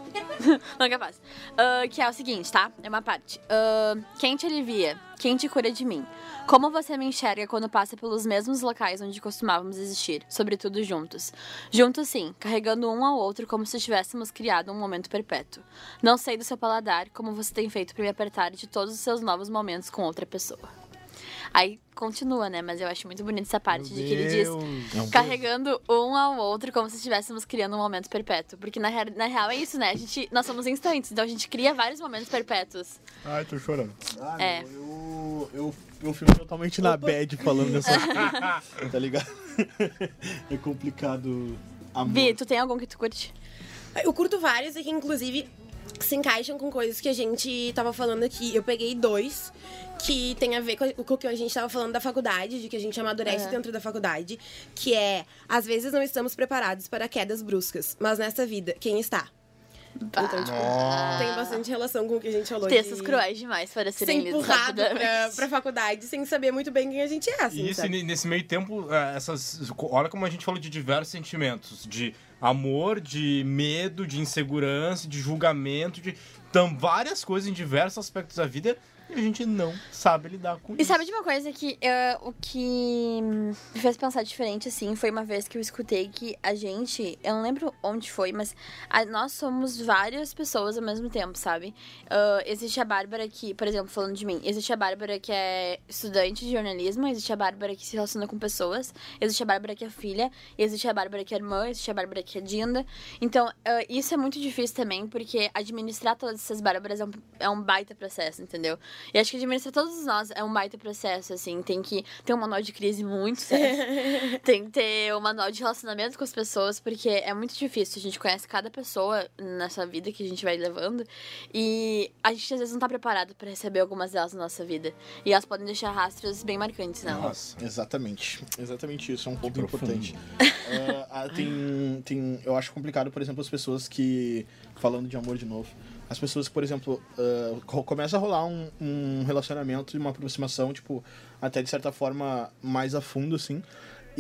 [SPEAKER 3] Não é capaz. Ah, que é o seguinte, tá? É uma parte. Ah, quem te alivia? Quem te cura de mim? Como você me enxerga quando passa pelos mesmos locais onde costumávamos existir, sobretudo juntos? Juntos, sim, carregando um ao outro como se tivéssemos criado um momento perpétuo. Não sei do seu paladar como você tem feito para me apertar de todos os seus novos momentos com outra pessoa. Aí continua, né? Mas eu acho muito bonito essa parte de que ele diz
[SPEAKER 5] Deus.
[SPEAKER 3] carregando um ao outro como se estivéssemos criando um momento perpétuo. Porque na, rea- na real é isso, né? A gente, nós somos instantes, então a gente cria vários momentos perpétuos.
[SPEAKER 5] Ai, tô chorando.
[SPEAKER 4] Ah,
[SPEAKER 3] É.
[SPEAKER 4] meu, eu, eu, eu fico totalmente na bad falando dessas coisas, tá ligado? é complicado amor.
[SPEAKER 3] Vi, tu tem algum que tu curte?
[SPEAKER 2] Eu curto vários aqui, inclusive, se encaixam com coisas que a gente tava falando aqui. Eu peguei dois que tem a ver com, a- com o que a gente tava falando da faculdade, de que a gente amadurece
[SPEAKER 3] É.
[SPEAKER 2] dentro da faculdade, que é às vezes não estamos preparados para quedas bruscas, mas nessa vida, quem está? Então, tipo, tem bastante relação com o que a gente falou.
[SPEAKER 3] Textos
[SPEAKER 2] de
[SPEAKER 3] cruéis demais para
[SPEAKER 2] Ser
[SPEAKER 3] serem lidos
[SPEAKER 2] empurrado pra,
[SPEAKER 3] rapidamente.
[SPEAKER 2] pra faculdade sem saber muito bem quem a gente é, assim,
[SPEAKER 5] E isso,
[SPEAKER 2] sabe?
[SPEAKER 5] ne- nesse meio tempo, é, essas. Olha como a gente falou de diversos sentimentos. De amor, de medo, de insegurança, de julgamento, de. Então, várias coisas em diversos aspectos da vida e a gente não sabe lidar com
[SPEAKER 3] E
[SPEAKER 5] isso.
[SPEAKER 3] sabe de uma coisa que eh, o que hum, me fez pensar diferente, assim, foi uma vez que eu escutei que a gente, eu não lembro onde foi, mas a- nós somos várias pessoas ao mesmo tempo, sabe? Ah, existe a Bárbara que, por exemplo, falando de mim, existe a Bárbara que é estudante de jornalismo, existe a Bárbara que se relaciona com pessoas, existe a Bárbara que é filha, existe a Bárbara que é irmã, existe a Bárbara que é dinda. Então, ah, isso é muito difícil também, porque administrar todas essas Bárbaras é um, é um baita processo, entendeu? E acho que administrar todos nós é um baita processo, assim. Tem que ter um manual de crise muito sério. tem que ter um manual de relacionamento com as pessoas, porque é muito difícil. A gente conhece cada pessoa na sua vida que a gente vai levando. E a gente às vezes não tá preparado pra receber algumas delas na nossa vida. E elas podem deixar rastros bem marcantes né? nela.
[SPEAKER 5] Nossa.
[SPEAKER 4] Exatamente. Exatamente isso. É um ponto
[SPEAKER 5] profundo.
[SPEAKER 4] importante. Ah, ah, tem, tem, eu acho complicado, por exemplo, as pessoas que. Falando de amor de novo. As pessoas que, por exemplo, ah, co- começa a rolar um, um relacionamento e uma aproximação, tipo, até de certa forma mais a fundo, assim.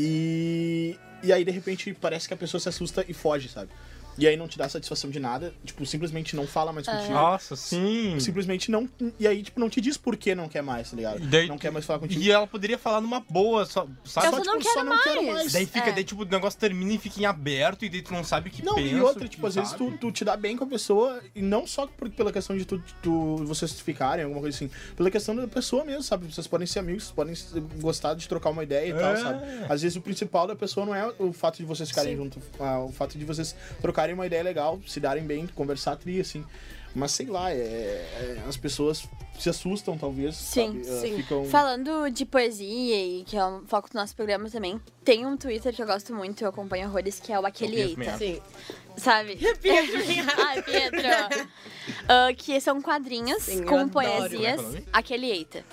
[SPEAKER 4] E. E aí, de repente, parece que a pessoa se assusta e foge, sabe? E aí não te dá satisfação de nada. Tipo, simplesmente não fala
[SPEAKER 3] É.
[SPEAKER 4] mais contigo.
[SPEAKER 5] Nossa, Ah, sim.
[SPEAKER 4] Simplesmente não. E aí, tipo, não te diz por que não quer mais, tá ligado?
[SPEAKER 5] E daí-
[SPEAKER 4] não quer mais falar contigo.
[SPEAKER 5] E ela poderia falar numa boa, só,
[SPEAKER 3] Eu
[SPEAKER 5] sabe?
[SPEAKER 3] só
[SPEAKER 4] tipo,
[SPEAKER 3] não quero
[SPEAKER 4] só não quero
[SPEAKER 3] mais.
[SPEAKER 4] mais.
[SPEAKER 5] Daí fica,
[SPEAKER 3] É.
[SPEAKER 5] daí tipo, o negócio termina e fica em aberto e daí tu não sabe o que
[SPEAKER 4] Não,
[SPEAKER 5] pensa.
[SPEAKER 4] e outra,
[SPEAKER 5] o
[SPEAKER 4] tipo,
[SPEAKER 5] que
[SPEAKER 4] às vezes
[SPEAKER 5] sabe.
[SPEAKER 4] tu, tu te dá bem com a pessoa, e não só por- pela questão de tu, de tu- vocês ficarem, alguma coisa assim, pela questão da pessoa mesmo, sabe? Vocês podem ser amigos, podem se- gostar de trocar uma ideia e
[SPEAKER 5] É.
[SPEAKER 4] tal, sabe? Às vezes o principal da pessoa não é o fato de vocês ficarem juntos, o fato de vocês trocarem uma ideia legal, se darem bem, conversar tri, assim. Mas sei lá, é- é- as pessoas se assustam, talvez.
[SPEAKER 3] Sim,
[SPEAKER 4] sabe? Ah,
[SPEAKER 2] sim.
[SPEAKER 4] Ficam...
[SPEAKER 3] Falando de poesia e que é um foco do nosso programa também, tem um Twitter que eu gosto muito, eu acompanho horrores, que é o Aquele
[SPEAKER 5] Yes,
[SPEAKER 3] Eita.
[SPEAKER 5] ma'am.
[SPEAKER 2] Sim.
[SPEAKER 3] sabe?
[SPEAKER 2] Pedro,
[SPEAKER 3] Ai, Pietro! Ah, que são quadrinhos
[SPEAKER 2] Sim, eu
[SPEAKER 3] com
[SPEAKER 2] adoro.
[SPEAKER 5] Como é que
[SPEAKER 3] poesias.
[SPEAKER 5] é o nome?
[SPEAKER 3] Aquele Eita.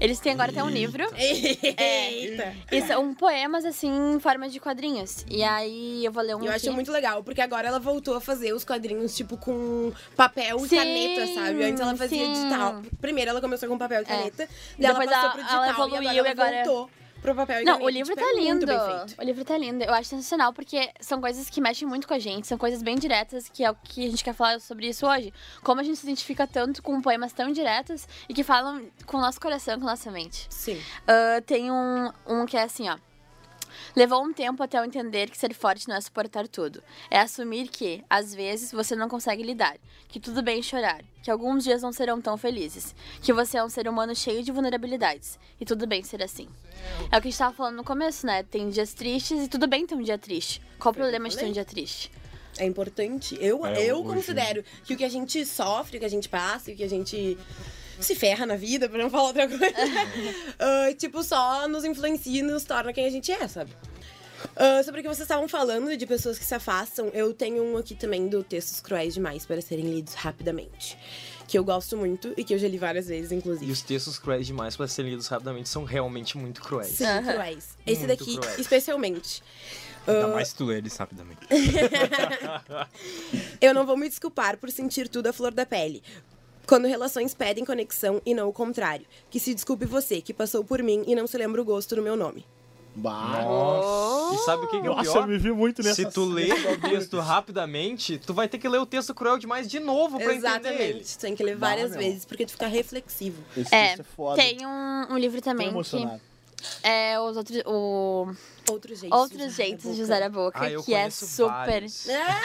[SPEAKER 3] Eles têm agora até um livro. É.
[SPEAKER 2] Eita!
[SPEAKER 3] E são poemas, assim, em forma de quadrinhos. E aí eu vou ler um
[SPEAKER 2] Eu
[SPEAKER 3] aqui.
[SPEAKER 2] acho muito legal, porque agora ela voltou a fazer os quadrinhos, tipo, com papel e
[SPEAKER 3] Sim,
[SPEAKER 2] caneta, sabe? Antes ela fazia
[SPEAKER 3] sim. É.
[SPEAKER 2] digital. Primeiro ela começou com papel e caneta, daí ela passou
[SPEAKER 3] Depois ela-
[SPEAKER 2] pro
[SPEAKER 3] ela
[SPEAKER 2] digital
[SPEAKER 3] evoluiu
[SPEAKER 2] e agora,
[SPEAKER 3] e agora-
[SPEAKER 2] ela voltou pro papel e caneta.
[SPEAKER 3] Não, o livro
[SPEAKER 2] tipo,
[SPEAKER 3] tá
[SPEAKER 2] é Muito
[SPEAKER 3] lindo.
[SPEAKER 2] bem feito.
[SPEAKER 3] O livro tá lindo. Eu acho sensacional porque são coisas que mexem muito com a gente, são coisas bem diretas, que é o que a gente quer falar sobre isso hoje. Como a gente se identifica tanto com poemas tão diretos e que falam com o nosso coração, com a nossa mente.
[SPEAKER 2] Sim.
[SPEAKER 3] Ah, tem um, um que é assim, ó. Levou um tempo até eu entender que ser forte não é suportar tudo. É assumir que, às vezes, você não consegue lidar. Que tudo bem chorar. Que alguns dias não serão tão felizes. Que você é um ser humano cheio de vulnerabilidades. E tudo bem ser assim. É o que a gente tava falando no começo, né? Tem dias tristes e tudo bem ter um dia triste. Qual o problema de ter um dia triste?
[SPEAKER 2] É importante. Eu,
[SPEAKER 5] É,
[SPEAKER 1] um
[SPEAKER 2] eu
[SPEAKER 5] hoje-
[SPEAKER 2] considero que o que a gente sofre, o que a gente passa, o que a gente se ferra na vida, pra não falar outra coisa, ah, tipo, só nos influencia e nos torna quem a gente é, sabe? Ah, sobre o que vocês estavam falando de pessoas que se afastam, eu tenho um aqui também do Textos Cruéis Demais para Serem Lidos Rapidamente. Que eu gosto muito e que eu já li várias vezes,
[SPEAKER 1] E
[SPEAKER 2] inclusive.
[SPEAKER 1] os textos cruéis demais pra serem lidos rapidamente são realmente muito cruéis.
[SPEAKER 2] Sim,
[SPEAKER 3] Aham.
[SPEAKER 2] cruéis. Esse
[SPEAKER 1] Muito
[SPEAKER 2] daqui,
[SPEAKER 1] cruéis.
[SPEAKER 2] especialmente.
[SPEAKER 5] Ainda mais se tu lê eles rapidamente.
[SPEAKER 2] Eu não vou me desculpar por sentir tudo à flor da pele. Quando relações pedem conexão e não o contrário. Que se desculpe você, que passou por mim e não se lembra o gosto do meu nome.
[SPEAKER 4] Bah.
[SPEAKER 5] Nossa.
[SPEAKER 1] E sabe o que, que é o
[SPEAKER 4] Nossa, eu
[SPEAKER 1] pior?
[SPEAKER 4] me vi muito nessa
[SPEAKER 1] Se tu lê o texto rapidamente, tu vai ter que ler o texto cruel demais de novo pra entender ele.
[SPEAKER 2] Exatamente. Tem que ler várias
[SPEAKER 4] Bah, meu.
[SPEAKER 2] vezes, porque tu fica reflexivo.
[SPEAKER 4] Esse
[SPEAKER 3] É,
[SPEAKER 4] texto é foda.
[SPEAKER 3] Tem um, um livro
[SPEAKER 4] Tô
[SPEAKER 3] também que
[SPEAKER 4] emocionado.
[SPEAKER 3] é os outros, o
[SPEAKER 2] Outros jeitos.
[SPEAKER 3] Outros Jeitos de Usar a Boca,
[SPEAKER 1] Ah, eu
[SPEAKER 3] que é
[SPEAKER 1] conheço
[SPEAKER 3] super
[SPEAKER 1] vários.
[SPEAKER 2] Ah,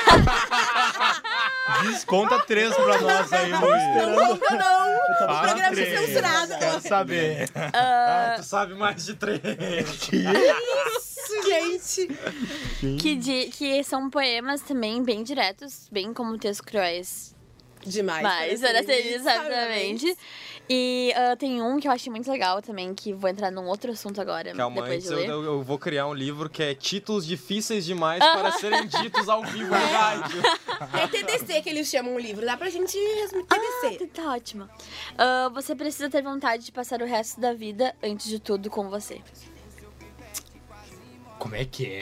[SPEAKER 5] Desconta três pra nós aí, Luiz.
[SPEAKER 2] Não, conta não.
[SPEAKER 5] Fala
[SPEAKER 2] O programa é
[SPEAKER 5] três.
[SPEAKER 2] censurado.
[SPEAKER 5] Quero saber.
[SPEAKER 1] Ah, tu sabe mais de três.
[SPEAKER 2] Gente.
[SPEAKER 3] Que, di- que são poemas também bem diretos, bem como textos cruéis.
[SPEAKER 2] Demais.
[SPEAKER 3] Mas
[SPEAKER 2] parabéns,
[SPEAKER 3] era feliz,
[SPEAKER 2] parabéns.
[SPEAKER 3] exatamente. E ah, tem um que eu achei muito legal também, que vou entrar num outro assunto agora,
[SPEAKER 1] Calma,
[SPEAKER 3] depois
[SPEAKER 1] antes
[SPEAKER 3] de
[SPEAKER 1] eu,
[SPEAKER 3] ler.
[SPEAKER 1] eu- eu vou criar um livro que é Títulos Difíceis Demais para Serem Ditos ao Vivo na Rádio.
[SPEAKER 2] É TDC que eles chamam o livro. Dá pra gente resumir. TDC.
[SPEAKER 3] Tá ótimo. Ah, você precisa ter vontade de passar o resto da vida, antes de tudo, com você.
[SPEAKER 5] Como é que é?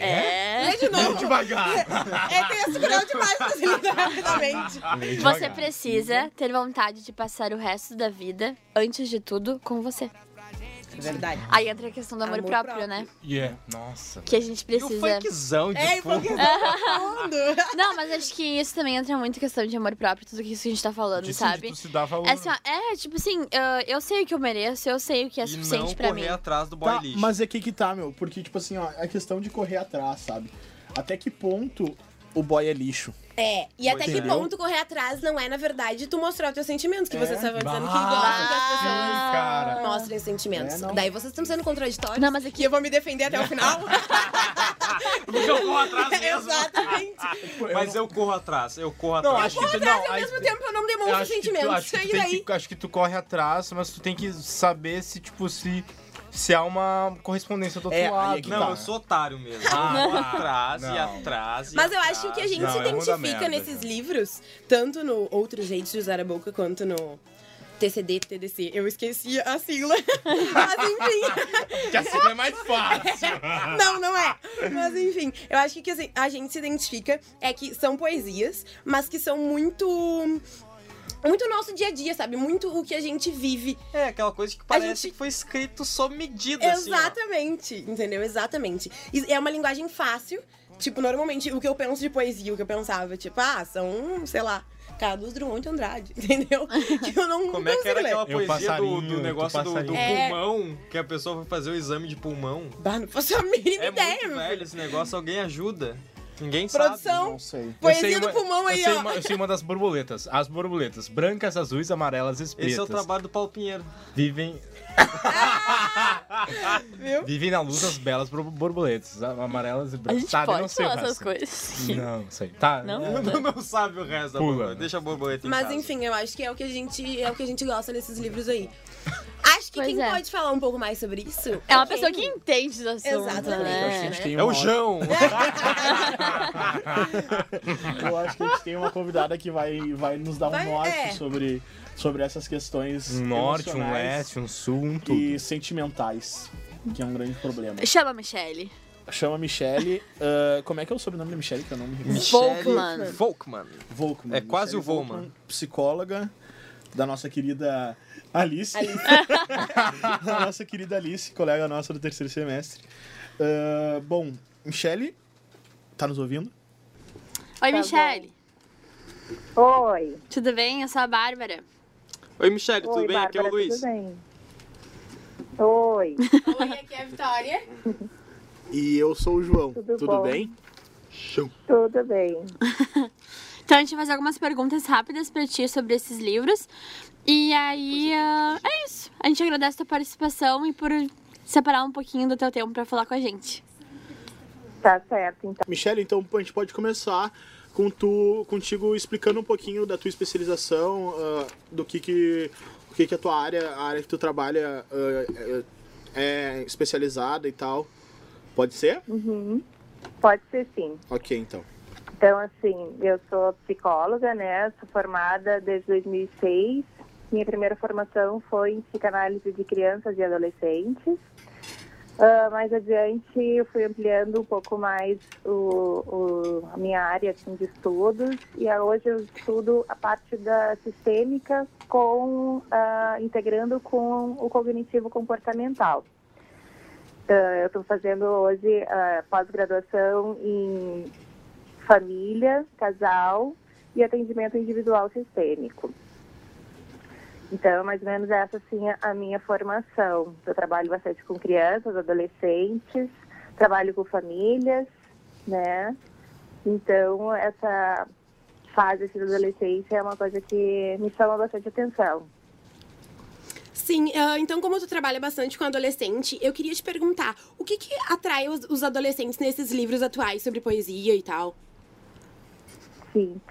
[SPEAKER 3] É.
[SPEAKER 2] É de novo.
[SPEAKER 5] Devagar.
[SPEAKER 2] É texto grande demais pra se lidar rapidamente.
[SPEAKER 3] Você precisa ter vontade de passar o resto da vida, antes de tudo, com você.
[SPEAKER 2] É verdade.
[SPEAKER 3] Aí entra a questão do amor,
[SPEAKER 2] Amor
[SPEAKER 3] próprio,
[SPEAKER 2] próprio.
[SPEAKER 3] né?
[SPEAKER 5] Yeah. é. Nossa.
[SPEAKER 3] Que a gente
[SPEAKER 1] E o
[SPEAKER 3] precisa.
[SPEAKER 1] funkzão de
[SPEAKER 2] É, e
[SPEAKER 1] fundo.
[SPEAKER 2] porque tá falando.
[SPEAKER 3] Não, mas acho que isso também entra muito em questão de amor próprio, tudo que isso que a gente tá falando,
[SPEAKER 5] Disso de né?
[SPEAKER 3] sabe?
[SPEAKER 5] tu se dá valor.
[SPEAKER 3] É assim, ó, é, tipo assim, ah, eu sei o que eu mereço, eu sei o que é
[SPEAKER 1] E não
[SPEAKER 3] suficiente pra mim.
[SPEAKER 1] correr atrás do boy
[SPEAKER 4] Tá,
[SPEAKER 1] lixo.
[SPEAKER 4] mas é que que tá, meu. Porque, tipo assim, ó, é questão de correr atrás, sabe? Até que ponto o boy é lixo?
[SPEAKER 2] É, e até
[SPEAKER 1] Pois é.
[SPEAKER 2] que ponto correr atrás não é, na verdade, tu mostrar os teus sentimentos, que
[SPEAKER 4] É.
[SPEAKER 2] você estava dizendo que
[SPEAKER 5] Bah, É,
[SPEAKER 2] gosta que as pessoas
[SPEAKER 5] sim, cara.
[SPEAKER 2] mostrem os sentimentos.
[SPEAKER 4] É, não.
[SPEAKER 2] Daí vocês estão sendo contraditórios.
[SPEAKER 3] Não, mas aqui-
[SPEAKER 2] E eu vou me defender até o final.
[SPEAKER 1] Porque eu corro atrás mesmo.
[SPEAKER 2] Exatamente.
[SPEAKER 1] Mas eu corro atrás, eu corro
[SPEAKER 5] Não,
[SPEAKER 1] atrás.
[SPEAKER 5] acho que tu não.
[SPEAKER 2] Ao
[SPEAKER 5] aí-
[SPEAKER 2] mesmo tempo eu não
[SPEAKER 5] eu
[SPEAKER 2] demonstro
[SPEAKER 5] acho que tu,
[SPEAKER 2] sentimentos.
[SPEAKER 5] acho, que
[SPEAKER 2] E
[SPEAKER 5] tu tem
[SPEAKER 2] daí?
[SPEAKER 5] que, acho que tu corre atrás, mas tu tem que saber se, tipo, se, se há uma correspondência do outro
[SPEAKER 4] É, aí é
[SPEAKER 5] lado.
[SPEAKER 4] que
[SPEAKER 5] tá?
[SPEAKER 4] tá.
[SPEAKER 1] Não,
[SPEAKER 5] cara.
[SPEAKER 1] eu sou otário mesmo. Eu
[SPEAKER 5] Ah,
[SPEAKER 1] corro
[SPEAKER 5] não.
[SPEAKER 1] atrás e
[SPEAKER 5] Não.
[SPEAKER 1] atrás. e
[SPEAKER 2] Mas eu
[SPEAKER 1] atrás.
[SPEAKER 2] acho que a gente
[SPEAKER 5] Não,
[SPEAKER 2] se
[SPEAKER 5] é uma da
[SPEAKER 2] identifica
[SPEAKER 5] merda,
[SPEAKER 2] nesses
[SPEAKER 5] já.
[SPEAKER 2] livros, tanto no Outro Jeito de Usar a Boca quanto no TCD, TDC. Eu esqueci a sigla. Mas enfim.
[SPEAKER 5] Que assim é mais fácil.
[SPEAKER 2] Não, não é. Mas enfim, eu acho que o que assim, a gente se identifica é que são poesias, mas que são muito. Muito nosso dia a dia, sabe? Muito o que a gente vive.
[SPEAKER 1] É aquela coisa que parece
[SPEAKER 2] gente-
[SPEAKER 1] que foi escrito sob medida, assim. ó.
[SPEAKER 2] Exatamente, entendeu? Exatamente. E é uma linguagem fácil. Tipo, normalmente, o que eu penso de poesia, o que eu pensava, tipo, ah, são, sei lá, Carlos Drummond de Andrade, entendeu? Que eu não
[SPEAKER 1] Como é que
[SPEAKER 2] consigo
[SPEAKER 1] era
[SPEAKER 2] ler.
[SPEAKER 1] aquela
[SPEAKER 5] Eu
[SPEAKER 1] poesia do- do,
[SPEAKER 5] passarinho, tu
[SPEAKER 1] negócio do, do
[SPEAKER 5] passarinho.
[SPEAKER 2] É.
[SPEAKER 1] pulmão? Que a pessoa foi fazer o exame de pulmão.
[SPEAKER 2] Bah, não faço a mínima
[SPEAKER 1] É
[SPEAKER 2] ideia,
[SPEAKER 1] muito
[SPEAKER 2] meu filho.
[SPEAKER 1] velho esse negócio, alguém ajuda. Ninguém
[SPEAKER 2] Produção.
[SPEAKER 4] Não sei.
[SPEAKER 2] Poesia
[SPEAKER 5] Eu sei
[SPEAKER 2] do
[SPEAKER 5] uma-
[SPEAKER 2] pulmão aí,
[SPEAKER 5] eu sei
[SPEAKER 2] ó.
[SPEAKER 5] Uma, eu sei uma das borboletas. As borboletas, brancas, azuis, amarelas,
[SPEAKER 1] sabe.
[SPEAKER 5] espetas,
[SPEAKER 1] Esse é o trabalho do Paulo Pinheiro.
[SPEAKER 5] vivem,
[SPEAKER 2] Viu?
[SPEAKER 5] vivem na luz as belas bor- borboletas, a- amarelas e
[SPEAKER 3] A
[SPEAKER 5] brancas.
[SPEAKER 3] gente
[SPEAKER 5] Tá, eu não
[SPEAKER 3] pode
[SPEAKER 5] sei o
[SPEAKER 3] falar
[SPEAKER 5] resto.
[SPEAKER 3] essas coisas.
[SPEAKER 5] Não, sei. Tá.
[SPEAKER 3] Não?
[SPEAKER 5] é,
[SPEAKER 1] Não, não sabe o resto da
[SPEAKER 5] Pula.
[SPEAKER 1] borboleta. Deixa a borboleta em
[SPEAKER 2] Mas
[SPEAKER 1] casa.
[SPEAKER 2] enfim, eu acho que é o que a gente é o que a gente gosta nesses livros aí. Acho que
[SPEAKER 3] Pois
[SPEAKER 2] quem
[SPEAKER 3] é.
[SPEAKER 2] pode falar um pouco mais sobre isso?
[SPEAKER 3] É uma
[SPEAKER 2] quem-
[SPEAKER 3] pessoa que entende do assunto,
[SPEAKER 2] Exatamente.
[SPEAKER 4] Eu acho que a
[SPEAKER 3] né?
[SPEAKER 4] gente tem
[SPEAKER 1] É o
[SPEAKER 4] uma-
[SPEAKER 1] João!
[SPEAKER 4] Eu acho que a gente tem uma convidada que vai, vai nos dar um
[SPEAKER 2] Vai-
[SPEAKER 4] norte
[SPEAKER 2] é.
[SPEAKER 4] sobre, sobre essas questões.
[SPEAKER 5] Um norte, um
[SPEAKER 4] emocionais
[SPEAKER 5] leste, um sul, um tudo.
[SPEAKER 4] E sentimentais, que é um grande problema.
[SPEAKER 3] Chama a Michelle.
[SPEAKER 4] Chama a Michelle. ah, como é que é o sobrenome da Michelle? Que eu não me recordo.
[SPEAKER 1] Michelle
[SPEAKER 3] Volkmann.
[SPEAKER 1] Volkman.
[SPEAKER 4] Volkman.
[SPEAKER 1] É quase o Volkman.
[SPEAKER 4] Psicóloga da nossa querida Alice. da nossa querida Alice, colega nossa do terceiro semestre. Ah, bom, Michelle, tá nos ouvindo?
[SPEAKER 3] Oi, Michelle.
[SPEAKER 8] Oi.
[SPEAKER 3] Tudo bem? Eu sou a Bárbara.
[SPEAKER 1] Oi, Michelle, tudo
[SPEAKER 8] Oi,
[SPEAKER 1] bem? Aqui é
[SPEAKER 8] Bárbara,
[SPEAKER 1] o Luiz.
[SPEAKER 8] Tudo bem? Oi.
[SPEAKER 2] Oi, aqui é a Vitória.
[SPEAKER 4] E eu sou o João.
[SPEAKER 8] Tudo Tudo bom? bem? Tudo bem.
[SPEAKER 3] Então a gente vai fazer algumas perguntas rápidas pra ti sobre esses livros. E aí, ah, é isso. A gente agradece a tua participação e por separar um pouquinho do teu tempo pra falar com a gente.
[SPEAKER 8] Tá certo, então.
[SPEAKER 4] Michelle, então a gente pode começar com tu, contigo explicando um pouquinho da tua especialização, ah, do que que, o que que a tua área, a área que tu trabalha ah, é, é especializada e tal. Pode ser?
[SPEAKER 8] Uhum. Pode ser sim.
[SPEAKER 4] Ok, então.
[SPEAKER 8] Então, assim, eu sou psicóloga, né? Sou formada desde 2006. Minha primeira formação foi em psicanálise de crianças e adolescentes. Ah, mais adiante, eu fui ampliando um pouco mais o, o- a minha área assim, de estudos. E ah, hoje eu estudo a parte da sistêmica, com, ah, integrando com o cognitivo comportamental. Ah, eu estou fazendo hoje ah, pós-graduação em família, casal e atendimento individual sistêmico. Então, mais ou menos essa assim é a minha formação. Eu trabalho bastante com crianças, adolescentes, trabalho com famílias, né? Então, essa fase assim, da adolescência é uma coisa que me chama bastante atenção.
[SPEAKER 2] Sim, ah, então como tu trabalha bastante com adolescente, eu queria te perguntar, o que que atrai os, os adolescentes nesses livros atuais sobre poesia e tal?
[SPEAKER 8] Sim.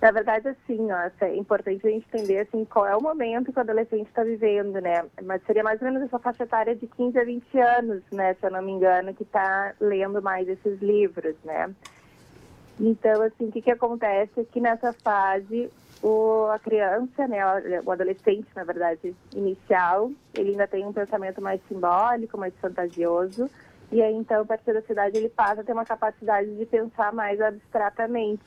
[SPEAKER 8] Na verdade, assim, ó, é importante a gente entender assim, qual é o momento que o adolescente está vivendo, né? Mas seria mais ou menos essa faixa etária de 15 a 20 anos, né? Se eu não me engano, que está lendo mais esses livros, né? Então, assim, o que, que acontece é que nessa fase o, a criança, né, o adolescente, na verdade, inicial, ele ainda tem um pensamento mais simbólico, mais fantasioso. E aí, então, a partir da cidade, ele passa a ter uma capacidade de pensar mais abstratamente.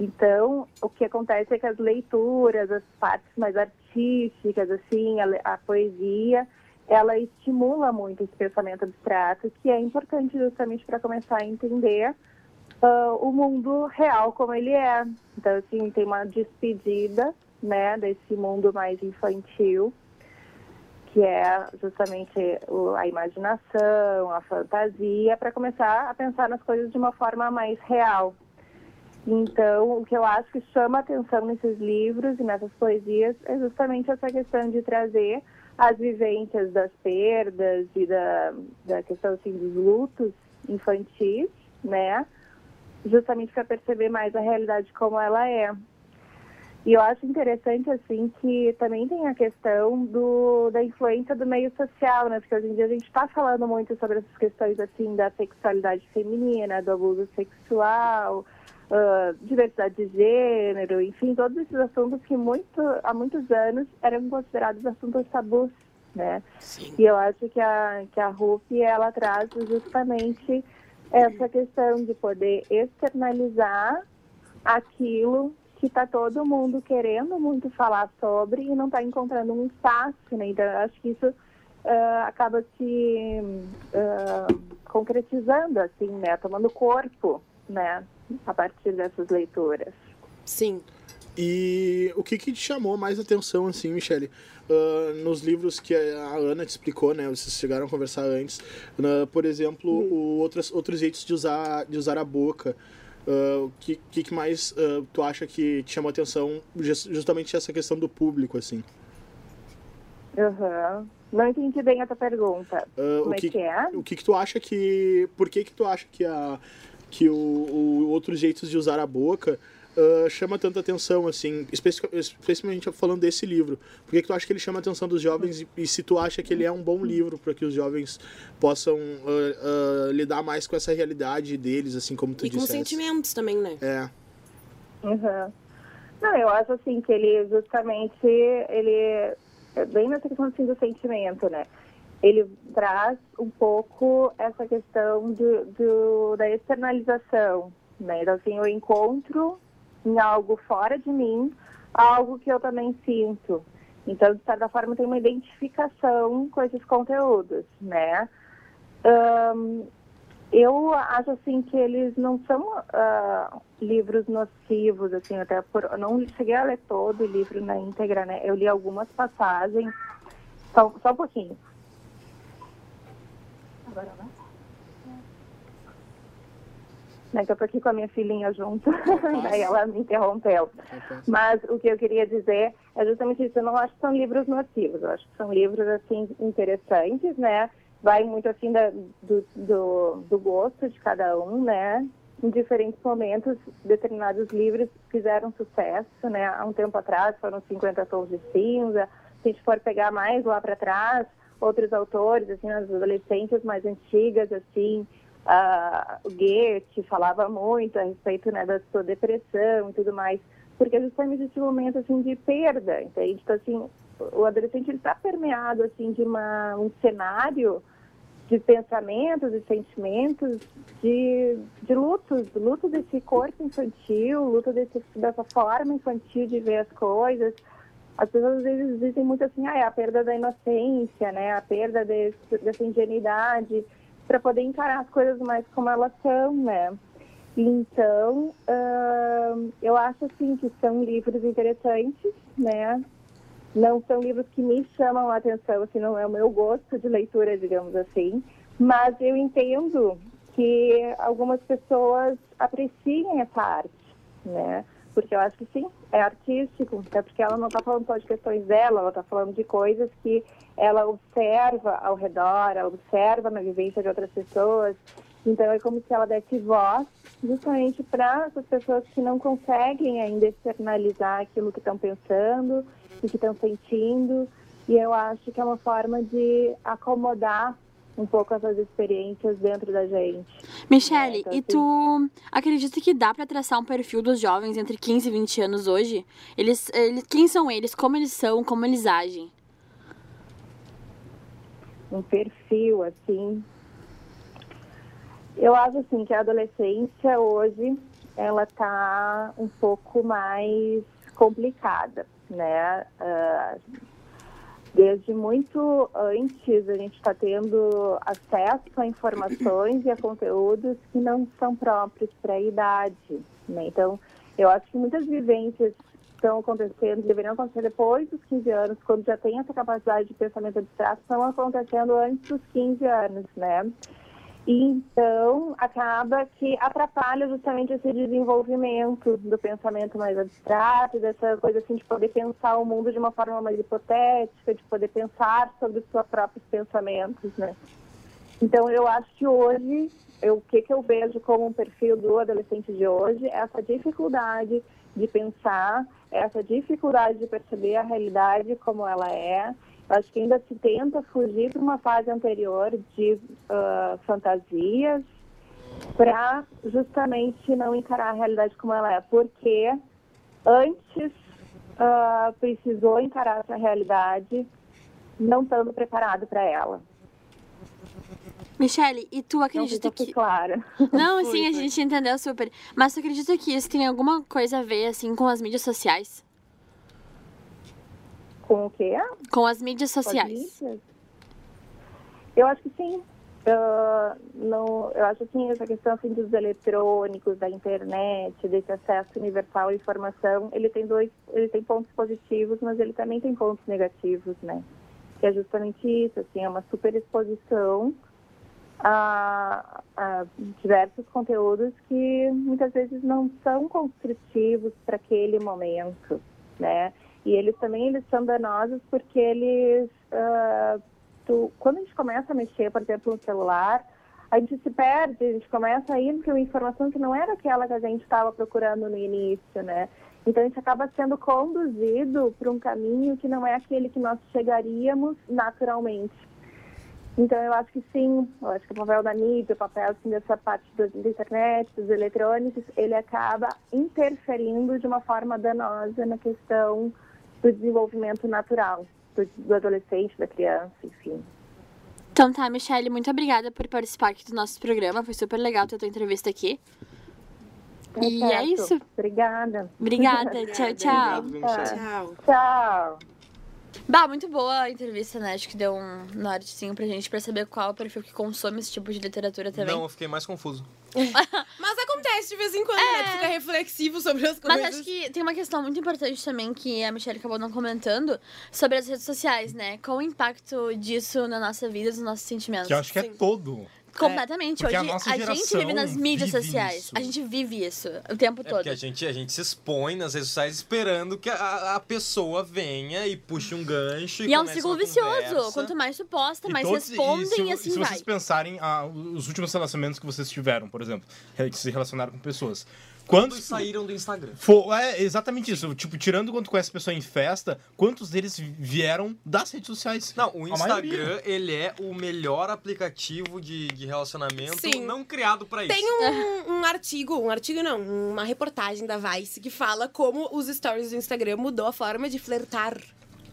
[SPEAKER 8] Então, o que acontece é que as leituras, as partes mais artísticas, assim, a, le- a poesia, ela estimula muito esse pensamento abstrato, que é importante justamente para começar a entender ah, o mundo real como ele é. Então, assim, tem uma despedida, né, desse mundo mais infantil, que é justamente o- a imaginação, a fantasia, para começar a pensar nas coisas de uma forma mais real. Então, o que eu acho que chama atenção nesses livros e nessas poesias é justamente essa questão de trazer as vivências das perdas e da, da questão assim, dos lutos infantis, né? Justamente para perceber mais a realidade como ela é. E eu acho interessante, assim, que também tem a questão do, da influência do meio social, né? Porque hoje em dia a gente está falando muito sobre essas questões, assim, da sexualidade feminina, do abuso sexual, ah, diversidade de gênero, enfim, todos esses assuntos que muito, há muitos anos eram considerados assuntos tabus, né?
[SPEAKER 2] Sim.
[SPEAKER 8] E eu acho que a, que a RUP, ela traz justamente essa questão de poder externalizar aquilo que está todo mundo querendo muito falar sobre e não está encontrando um espaço, né? Então, eu acho que isso ah, acaba se ah, concretizando, assim, né? Tomando corpo, né? A partir dessas leituras.
[SPEAKER 2] Sim.
[SPEAKER 4] E o que, que te chamou mais atenção, assim, Michele? Ah, nos livros que a Ana te explicou, né? Vocês chegaram a conversar antes. né, por exemplo, o outras, outros jeitos de usar, de usar a boca. Ah, o que, que, que mais ah, tu acha que te chamou atenção? jus- Justamente essa questão do público, assim.
[SPEAKER 8] Aham. Não entendi bem a tua pergunta.
[SPEAKER 4] Ah,
[SPEAKER 8] Como
[SPEAKER 4] o
[SPEAKER 8] é
[SPEAKER 4] que,
[SPEAKER 8] que é?
[SPEAKER 4] o que, que tu acha que. Por que, que tu acha que, a, que o, o outros jeitos de usar a boca ah, chama tanta atenção, assim, especi- especialmente falando desse livro? Por que, que tu acha que ele chama a atenção dos jovens e, e se tu acha que ele é um bom livro para que os jovens possam ah, ah, lidar mais com essa realidade deles, assim, como tu
[SPEAKER 2] E com
[SPEAKER 4] disseste?
[SPEAKER 2] sentimentos também, né?
[SPEAKER 4] É.
[SPEAKER 8] Uhum. Não, eu acho assim que ele justamente ele é bem nessa questão assim, do sentimento, né? Ele traz um pouco essa questão do, do- da externalização, né? Então assim, eu encontro em algo fora de mim algo que eu também sinto. Então, de certa forma, tem uma identificação com esses conteúdos, né? Ahn, eu acho assim que eles não são ah, livros nocivos, assim, até por. Eu não cheguei a ler todo o livro na íntegra, né? Eu li algumas passagens, só, só um pouquinho. Agora vai? Né, que eu tô aqui com a minha filhinha junto, daí ela me interrompeu. Mas o que eu queria dizer é justamente isso, eu não acho que são livros nocivos, eu acho que são livros, assim, interessantes, né? Vai muito, assim, da- do, do, do gosto de cada um, né? Em diferentes momentos, determinados livros fizeram sucesso, né? Há um tempo atrás foram 50 tons de cinza, se a gente for pegar mais lá para trás, outros autores, assim, as adolescentes mais antigas, assim, ah, o Goethe falava muito a respeito né, da sua depressão e tudo mais, porque justamente esse momento assim de perda, entende? Então assim, o adolescente ele está permeado assim de uma, um cenário de pensamentos e sentimentos de, de lutos, luto desse corpo infantil, luto desse, dessa forma infantil de ver as coisas. As pessoas às vezes dizem muito assim, ah, é a perda da inocência, né? A perda desse, dessa ingenuidade, para poder encarar as coisas mais como elas são, né? Então, ahn, eu acho assim que são livros interessantes, né? Não são livros que me chamam a atenção, assim, não é o meu gosto de leitura, digamos assim. Mas eu entendo que algumas pessoas apreciem essa arte, né? Porque eu acho que sim, é artístico, até porque ela não está falando só de questões dela, ela está falando de coisas que ela observa ao redor, ela observa na vivência de outras pessoas. Então é como se ela desse voz justamente para essas pessoas que não conseguem ainda externalizar aquilo que estão pensando e que estão sentindo. E eu acho que é uma forma de acomodar um pouco essas experiências dentro da gente.
[SPEAKER 3] Michele,
[SPEAKER 8] É, então,
[SPEAKER 3] e tu acredita que dá pra traçar um perfil dos jovens entre 15 e 20 anos hoje? Eles, eles, quem são eles? Como eles são? Como eles agem?
[SPEAKER 8] um perfil assim. Eu acho assim que a adolescência hoje ela tá um pouco mais complicada, né? Ah, desde muito antes a gente está tendo acesso a informações e a conteúdos que não são próprios para a idade, né? Então eu acho que muitas vivências estão acontecendo, deveriam acontecer depois dos 15 anos, quando já tem essa capacidade de pensamento abstrato, estão acontecendo antes dos 15 anos, né? E Então, acaba que atrapalha justamente esse desenvolvimento do pensamento mais abstrato, dessa coisa assim de poder pensar o mundo de uma forma mais hipotética, de poder pensar sobre os seus próprios pensamentos, né? Então, eu acho que hoje, eu- o que, que eu vejo como um perfil do adolescente de hoje é essa dificuldade de pensar, essa dificuldade de perceber a realidade como ela é. Eu acho que ainda se tenta fugir para uma fase anterior de ah, fantasias para justamente não encarar a realidade como ela é, porque antes ah, precisou encarar essa realidade não estando preparado para ela.
[SPEAKER 3] Michele, e tu
[SPEAKER 8] Não sei se
[SPEAKER 3] acredita
[SPEAKER 8] eu fui
[SPEAKER 3] que.
[SPEAKER 8] clara.
[SPEAKER 3] Não, sim, a gente entendeu super. Mas tu acredita que isso tem alguma coisa a ver, assim, com as mídias sociais?
[SPEAKER 8] Com o quê?
[SPEAKER 3] Com as mídias sociais.
[SPEAKER 8] Pode ir? Eu acho que sim. Ah, não, eu acho assim, essa questão assim, dos eletrônicos, da internet, desse acesso universal à informação, ele tem dois, ele tem pontos positivos, mas ele também tem pontos negativos, né? Que é justamente isso, assim, é uma super exposição a, a diversos conteúdos que muitas vezes não são construtivos para aquele momento, né? E eles também eles são danosos porque eles. ah, tu- quando a gente começa a mexer, por exemplo, no celular, a gente se perde, a gente começa a ir para uma informação que não era aquela que a gente estava procurando no início, né? Então a gente acaba sendo conduzido por um caminho que não é aquele que nós chegaríamos naturalmente. Então eu acho que sim, eu acho que o papel da mídia, o papel assim, dessa parte do- da internet, dos eletrônicos, ele acaba interferindo de uma forma danosa na questão do desenvolvimento natural do, do adolescente, da criança, enfim.
[SPEAKER 3] Então tá, Michele, muito obrigada por participar aqui do nosso programa. Foi super legal ter tua entrevista aqui.
[SPEAKER 8] Tá
[SPEAKER 3] E é
[SPEAKER 8] certo.
[SPEAKER 3] isso.
[SPEAKER 8] Obrigada.
[SPEAKER 3] Obrigada. tchau, tchau.
[SPEAKER 8] Tá.
[SPEAKER 2] Tchau.
[SPEAKER 8] Tchau.
[SPEAKER 3] Bah, muito boa a entrevista, né? Acho que deu um nortezinho pra gente pra saber qual é o perfil que consome esse tipo de literatura também.
[SPEAKER 1] Não, eu fiquei mais confuso.
[SPEAKER 2] Mas acontece de vez em quando, né? Tu fica reflexivo sobre as
[SPEAKER 3] É. Mas
[SPEAKER 2] coisas.
[SPEAKER 3] acho que tem uma questão muito importante também que a Michelle acabou não comentando sobre as redes sociais, né? Qual o impacto disso na nossa vida, nos nossos sentimentos?
[SPEAKER 5] Que eu acho que é todo.
[SPEAKER 3] Completamente.
[SPEAKER 5] Porque
[SPEAKER 3] Hoje
[SPEAKER 5] a
[SPEAKER 3] a,
[SPEAKER 5] nossa
[SPEAKER 3] gente
[SPEAKER 5] geração
[SPEAKER 3] vive nas mídias
[SPEAKER 5] vive
[SPEAKER 3] sociais.
[SPEAKER 5] isso.
[SPEAKER 3] A gente vive isso o tempo
[SPEAKER 1] É
[SPEAKER 3] todo.
[SPEAKER 1] porque a gente, a gente se expõe nas redes sociais esperando que a, a pessoa venha e puxe um gancho. E,
[SPEAKER 3] E é um
[SPEAKER 1] comece
[SPEAKER 3] ciclo
[SPEAKER 1] uma
[SPEAKER 3] vicioso.
[SPEAKER 1] conversa.
[SPEAKER 3] Quanto mais tu posta,
[SPEAKER 5] E
[SPEAKER 3] mais
[SPEAKER 5] todos-
[SPEAKER 3] respondem e,
[SPEAKER 5] se,
[SPEAKER 3] assim
[SPEAKER 5] se
[SPEAKER 3] vai.
[SPEAKER 5] vocês pensarem ah, os últimos relacionamentos que vocês tiveram, por exemplo, que se relacionaram com pessoas.
[SPEAKER 1] Quantos
[SPEAKER 5] Quantos
[SPEAKER 1] saíram do Instagram?
[SPEAKER 5] Fo- é exatamente isso. Tipo, tirando quando conhece pessoa em festa, quantos deles vieram das redes sociais?
[SPEAKER 1] Não, o
[SPEAKER 5] A
[SPEAKER 1] Instagram,
[SPEAKER 5] maioria.
[SPEAKER 1] ele é o melhor aplicativo de, de relacionamento
[SPEAKER 2] Sim.
[SPEAKER 1] não criado pra isso.
[SPEAKER 2] Tem
[SPEAKER 5] É.
[SPEAKER 2] um, um artigo, um artigo não, uma reportagem da Vice que fala como os stories do Instagram mudou a forma de flertar.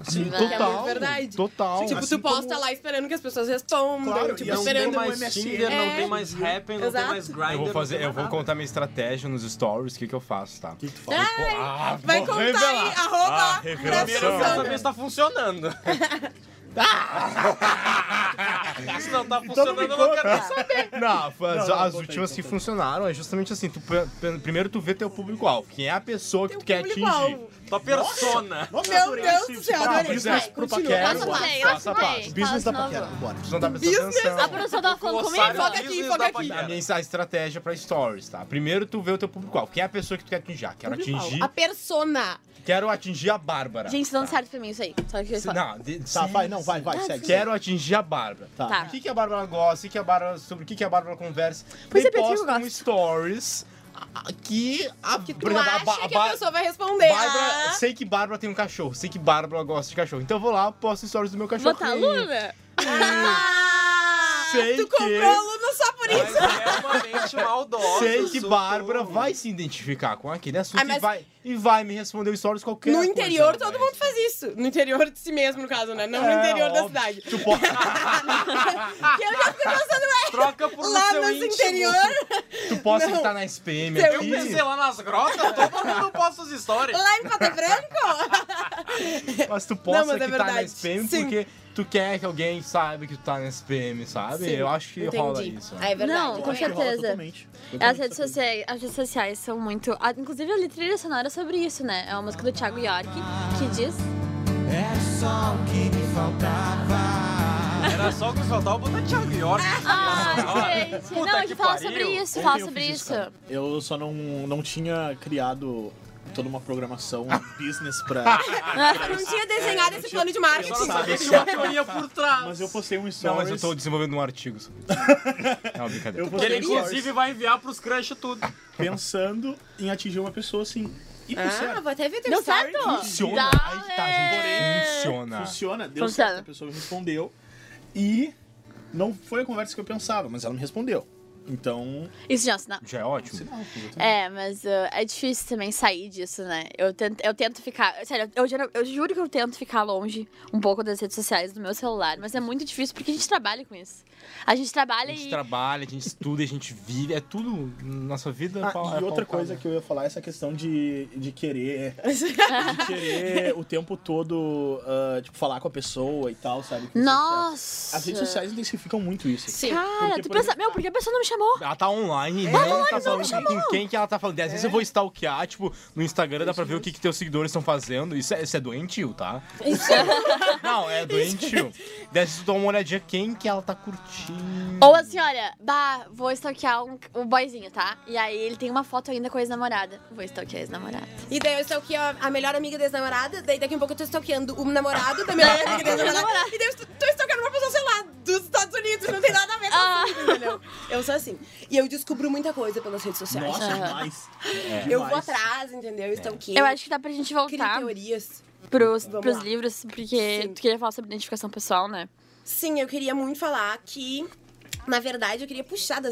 [SPEAKER 5] Sim,
[SPEAKER 2] é
[SPEAKER 5] total.
[SPEAKER 2] muito verdade.
[SPEAKER 5] Total.
[SPEAKER 2] tipo,
[SPEAKER 5] Assim
[SPEAKER 2] tu posta
[SPEAKER 5] como- é
[SPEAKER 2] lá esperando que as pessoas respondam,
[SPEAKER 4] Claro,
[SPEAKER 2] tipo,
[SPEAKER 5] um
[SPEAKER 4] e
[SPEAKER 1] Não
[SPEAKER 4] esperando
[SPEAKER 1] tem
[SPEAKER 4] o
[SPEAKER 1] mais
[SPEAKER 4] MSN.
[SPEAKER 1] Tinder, não
[SPEAKER 2] É.
[SPEAKER 1] tem mais Happn, não tem
[SPEAKER 2] Exato.
[SPEAKER 1] mais Grindr.
[SPEAKER 5] Eu vou
[SPEAKER 1] não
[SPEAKER 5] fazer,
[SPEAKER 1] tem
[SPEAKER 5] eu vou
[SPEAKER 1] mais nada.
[SPEAKER 5] contar minha estratégia nos stories, o que que eu faço, tá?
[SPEAKER 4] O que que tu fala?
[SPEAKER 5] Ah,
[SPEAKER 2] Vai
[SPEAKER 5] vou
[SPEAKER 2] contar aí,
[SPEAKER 5] revelar.
[SPEAKER 2] arroba
[SPEAKER 5] Ah,
[SPEAKER 1] Primeiro eu quero
[SPEAKER 5] revelação.
[SPEAKER 1] saber se tá funcionando. se não tá
[SPEAKER 4] Então
[SPEAKER 1] funcionando,
[SPEAKER 4] não me
[SPEAKER 1] eu não quero
[SPEAKER 4] conta.
[SPEAKER 1] nem saber.
[SPEAKER 5] Não, as,
[SPEAKER 4] não,
[SPEAKER 5] as
[SPEAKER 4] conta aí,
[SPEAKER 5] últimas que
[SPEAKER 4] conta
[SPEAKER 5] funcionaram é justamente assim, tu, pe- pe- primeiro tu vê teu público-alvo, quem é a pessoa que tu quer atingir. Tá, é,
[SPEAKER 2] público-alvo.
[SPEAKER 1] Tua persona.
[SPEAKER 4] Nossa,
[SPEAKER 2] Meu
[SPEAKER 4] adorei
[SPEAKER 2] Deus
[SPEAKER 4] esse-
[SPEAKER 2] do céu,
[SPEAKER 4] Ah,
[SPEAKER 2] adorei.
[SPEAKER 4] business
[SPEAKER 2] Vai,
[SPEAKER 4] pro
[SPEAKER 2] continua.
[SPEAKER 4] paquera,
[SPEAKER 9] Passa
[SPEAKER 4] bora.
[SPEAKER 9] pra ele, passa
[SPEAKER 4] Tá,
[SPEAKER 9] pra
[SPEAKER 4] tá.
[SPEAKER 9] ele. Fala
[SPEAKER 4] Business da
[SPEAKER 9] de novo.
[SPEAKER 4] paquera, bora.
[SPEAKER 5] Vocês não tá prestando
[SPEAKER 2] Business.
[SPEAKER 5] atenção.
[SPEAKER 9] A
[SPEAKER 3] Ah,
[SPEAKER 9] produção tava falando comigo.
[SPEAKER 1] Glossário
[SPEAKER 2] Foca aqui,
[SPEAKER 1] Disney
[SPEAKER 2] foca
[SPEAKER 1] da
[SPEAKER 2] aqui.
[SPEAKER 1] paquera.
[SPEAKER 5] A minha a estratégia pra stories, tá? Primeiro tu vê o teu público-alvo. Quem é a pessoa que tu quer atingir? Quero atingir.
[SPEAKER 2] A persona.
[SPEAKER 5] Quero atingir a Bárbara.
[SPEAKER 3] Gente, não
[SPEAKER 5] tá?
[SPEAKER 3] tá. serve pra mim isso aí. Só que eu ia falar.
[SPEAKER 5] Não, de-
[SPEAKER 4] Tá,
[SPEAKER 5] sim,
[SPEAKER 4] vai, não, vai, vai,
[SPEAKER 3] Ah,
[SPEAKER 4] segue.
[SPEAKER 5] Quero atingir a Bárbara.
[SPEAKER 4] Tá.
[SPEAKER 2] Ah.
[SPEAKER 3] Tá.
[SPEAKER 5] O que, que a Bárbara gosta, o que, que a Bárbara, sobre o que, que a Bárbara conversa.
[SPEAKER 3] Pois
[SPEAKER 5] Daí
[SPEAKER 3] é, Pedro, eu
[SPEAKER 5] posta um
[SPEAKER 3] gosto.
[SPEAKER 5] stories a- a- que a,
[SPEAKER 2] Que tu
[SPEAKER 5] por exemplo, a
[SPEAKER 2] acha
[SPEAKER 5] Ba- a
[SPEAKER 2] que
[SPEAKER 5] Ba-
[SPEAKER 2] a pessoa vai responder.
[SPEAKER 5] Bárbara-
[SPEAKER 2] Ah,
[SPEAKER 5] sei que Bárbara tem um cachorro, sei que Bárbara gosta de cachorro. Então eu vou lá, posto stories do meu cachorro.
[SPEAKER 2] tá
[SPEAKER 3] Botar a
[SPEAKER 2] né?
[SPEAKER 3] Luna?
[SPEAKER 5] sei
[SPEAKER 2] Ah! tu
[SPEAKER 5] que-
[SPEAKER 2] comprou aluno só por isso.
[SPEAKER 1] Mas é uma mente maldosa.
[SPEAKER 5] Hum. Sei que
[SPEAKER 1] sou um
[SPEAKER 5] Bárbara
[SPEAKER 1] tu.
[SPEAKER 5] vai se identificar com aquele assunto
[SPEAKER 2] Ah, mas-
[SPEAKER 5] e, vai, e vai me responder os stories qualquer
[SPEAKER 2] No
[SPEAKER 5] coisa,
[SPEAKER 2] interior,
[SPEAKER 5] né,
[SPEAKER 2] todo
[SPEAKER 5] mas-
[SPEAKER 2] mundo faz isso. No interior de si mesmo, no caso, né? Não
[SPEAKER 5] É,
[SPEAKER 2] no interior da
[SPEAKER 5] óbvio.
[SPEAKER 2] cidade.
[SPEAKER 5] Tu pode...
[SPEAKER 2] Que eu já fico pensando é
[SPEAKER 1] Troca por
[SPEAKER 2] lá
[SPEAKER 1] no seu
[SPEAKER 2] no
[SPEAKER 1] íntimo.
[SPEAKER 2] interior.
[SPEAKER 5] Tu possa
[SPEAKER 2] Não.
[SPEAKER 5] estar na SPM
[SPEAKER 2] Seu
[SPEAKER 1] Eu
[SPEAKER 5] aqui.
[SPEAKER 1] pensei lá nas grotas, todo mundo posta as histórias.
[SPEAKER 2] Lá em Pato Branco.
[SPEAKER 5] Mas tu possa
[SPEAKER 2] Não, mas é
[SPEAKER 5] que tá na
[SPEAKER 2] verdade.
[SPEAKER 5] SPM
[SPEAKER 2] Sim.
[SPEAKER 5] porque tu quer que alguém saiba que tu tá na SPM, sabe?
[SPEAKER 2] Sim,
[SPEAKER 5] Eu acho que
[SPEAKER 2] entendi.
[SPEAKER 5] rola isso. né?
[SPEAKER 2] Ah, é verdade.
[SPEAKER 3] Não, com
[SPEAKER 4] Acho que rola
[SPEAKER 3] certeza.
[SPEAKER 4] totalmente.
[SPEAKER 2] É,
[SPEAKER 3] As redes, sociais, as redes sociais são muito. ah, Inclusive, a trilha sonora é sobre isso, né? É uma música do Thiago York que diz.
[SPEAKER 6] É só o que me faltava.
[SPEAKER 1] Era só o que faltava botar Thiago York.
[SPEAKER 3] Ah, gente!
[SPEAKER 1] Puta
[SPEAKER 3] Não,
[SPEAKER 1] que
[SPEAKER 3] ele fala
[SPEAKER 1] pariu.
[SPEAKER 3] sobre isso,
[SPEAKER 4] Ontem
[SPEAKER 3] fala
[SPEAKER 4] eu
[SPEAKER 3] sobre
[SPEAKER 4] fiz
[SPEAKER 3] isso.
[SPEAKER 4] cara. Eu só não, não tinha criado toda uma programação um business pra.
[SPEAKER 3] Ah,
[SPEAKER 2] Eu não tinha desenhado esse plano de
[SPEAKER 1] Eu só não
[SPEAKER 2] marketing.
[SPEAKER 1] sabia que tinha uma teoria por trás.
[SPEAKER 4] Mas eu postei um
[SPEAKER 5] Não,
[SPEAKER 4] stories.
[SPEAKER 5] mas eu tô desenvolvendo um artigo sobre isso. Não, brincadeira.
[SPEAKER 4] Eu
[SPEAKER 1] Que ele,
[SPEAKER 4] postei um
[SPEAKER 1] inclusive,
[SPEAKER 4] stories
[SPEAKER 1] vai enviar pros crush tudo.
[SPEAKER 4] pensando em atingir uma pessoa assim. E deu
[SPEAKER 2] Ah,
[SPEAKER 4] certo.
[SPEAKER 2] vou até ver teu
[SPEAKER 3] Deu
[SPEAKER 2] story.
[SPEAKER 3] certo?
[SPEAKER 5] Funciona.
[SPEAKER 3] Dá,
[SPEAKER 5] Aí que tá,
[SPEAKER 2] é.
[SPEAKER 5] gente. Funciona.
[SPEAKER 4] Funciona, deu
[SPEAKER 3] Funciona.
[SPEAKER 4] certo. A pessoa me respondeu. E não foi a conversa que eu pensava, mas ela me respondeu. Então,
[SPEAKER 3] Isso já é um sinal.
[SPEAKER 5] Já é ótimo.
[SPEAKER 4] sinal.
[SPEAKER 3] É, mas uh, é difícil também sair disso, né? Eu tento, eu tento ficar. Sério, eu, geral- eu juro que eu tento ficar longe um pouco das redes sociais do meu celular, mas é muito difícil porque a gente trabalha com isso. A gente
[SPEAKER 5] A
[SPEAKER 3] trabalha
[SPEAKER 5] gente
[SPEAKER 3] e.
[SPEAKER 5] trabalha, a gente estuda, a gente vive. É tudo. Nossa vida é
[SPEAKER 4] Ah,
[SPEAKER 5] pau- é
[SPEAKER 4] e outra
[SPEAKER 5] pautada.
[SPEAKER 4] coisa que eu ia falar é essa questão de, de querer. De querer o tempo todo, ah, tipo, falar com a pessoa e tal, sabe? Que você
[SPEAKER 3] Nossa!
[SPEAKER 4] As redes sociais intensificam muito isso.
[SPEAKER 2] Sim.
[SPEAKER 3] Cara,
[SPEAKER 4] Porque,
[SPEAKER 3] tu
[SPEAKER 4] por
[SPEAKER 3] pensa.
[SPEAKER 4] exemplo-
[SPEAKER 3] Meu, por que a pessoa não me chamou?
[SPEAKER 5] Ela tá online, né? Ela tá falando com quem que ela tá falando. E Às vezes eu vou stalkear, tipo, no Instagram dá pra ver o que, que teus seguidores estão fazendo. Isso é, isso é doentio, tá? Não, é doentio. Daí às vezes tu dá uma olhadinha quem que ela tá curtindo.
[SPEAKER 3] Ou assim, olha, bah, vou stalkear um, um boyzinho, tá? E aí ele tem uma foto ainda com a ex-namorada. Vou stalkear a ex-namorada.
[SPEAKER 2] E daí eu stalkeo a, a melhor amiga da ex-namorada, daí daqui a pouco eu tô stalkeando o namorado da melhor amiga da ex-namorada. E daí eu tô tô stalkeando uma pessoa, sei lá, dos Estados Unidos, não tem nada a ver com
[SPEAKER 3] Ah.
[SPEAKER 2] isso, entendeu? Eu sou assim. E eu descubro muita coisa pelas redes sociais.
[SPEAKER 4] Nossa, demais.
[SPEAKER 2] eu
[SPEAKER 4] Demais.
[SPEAKER 2] vou atrás, entendeu? Stalkeo.
[SPEAKER 3] Eu acho que dá pra gente
[SPEAKER 2] Crio
[SPEAKER 3] voltar
[SPEAKER 2] teorias.
[SPEAKER 3] pros,
[SPEAKER 2] Vamos
[SPEAKER 3] pros
[SPEAKER 2] lá.
[SPEAKER 3] livros, porque
[SPEAKER 2] Sim.
[SPEAKER 3] tu queria falar sobre identificação pessoal, né?
[SPEAKER 2] Sim, eu queria muito falar que, na verdade, eu queria puxar das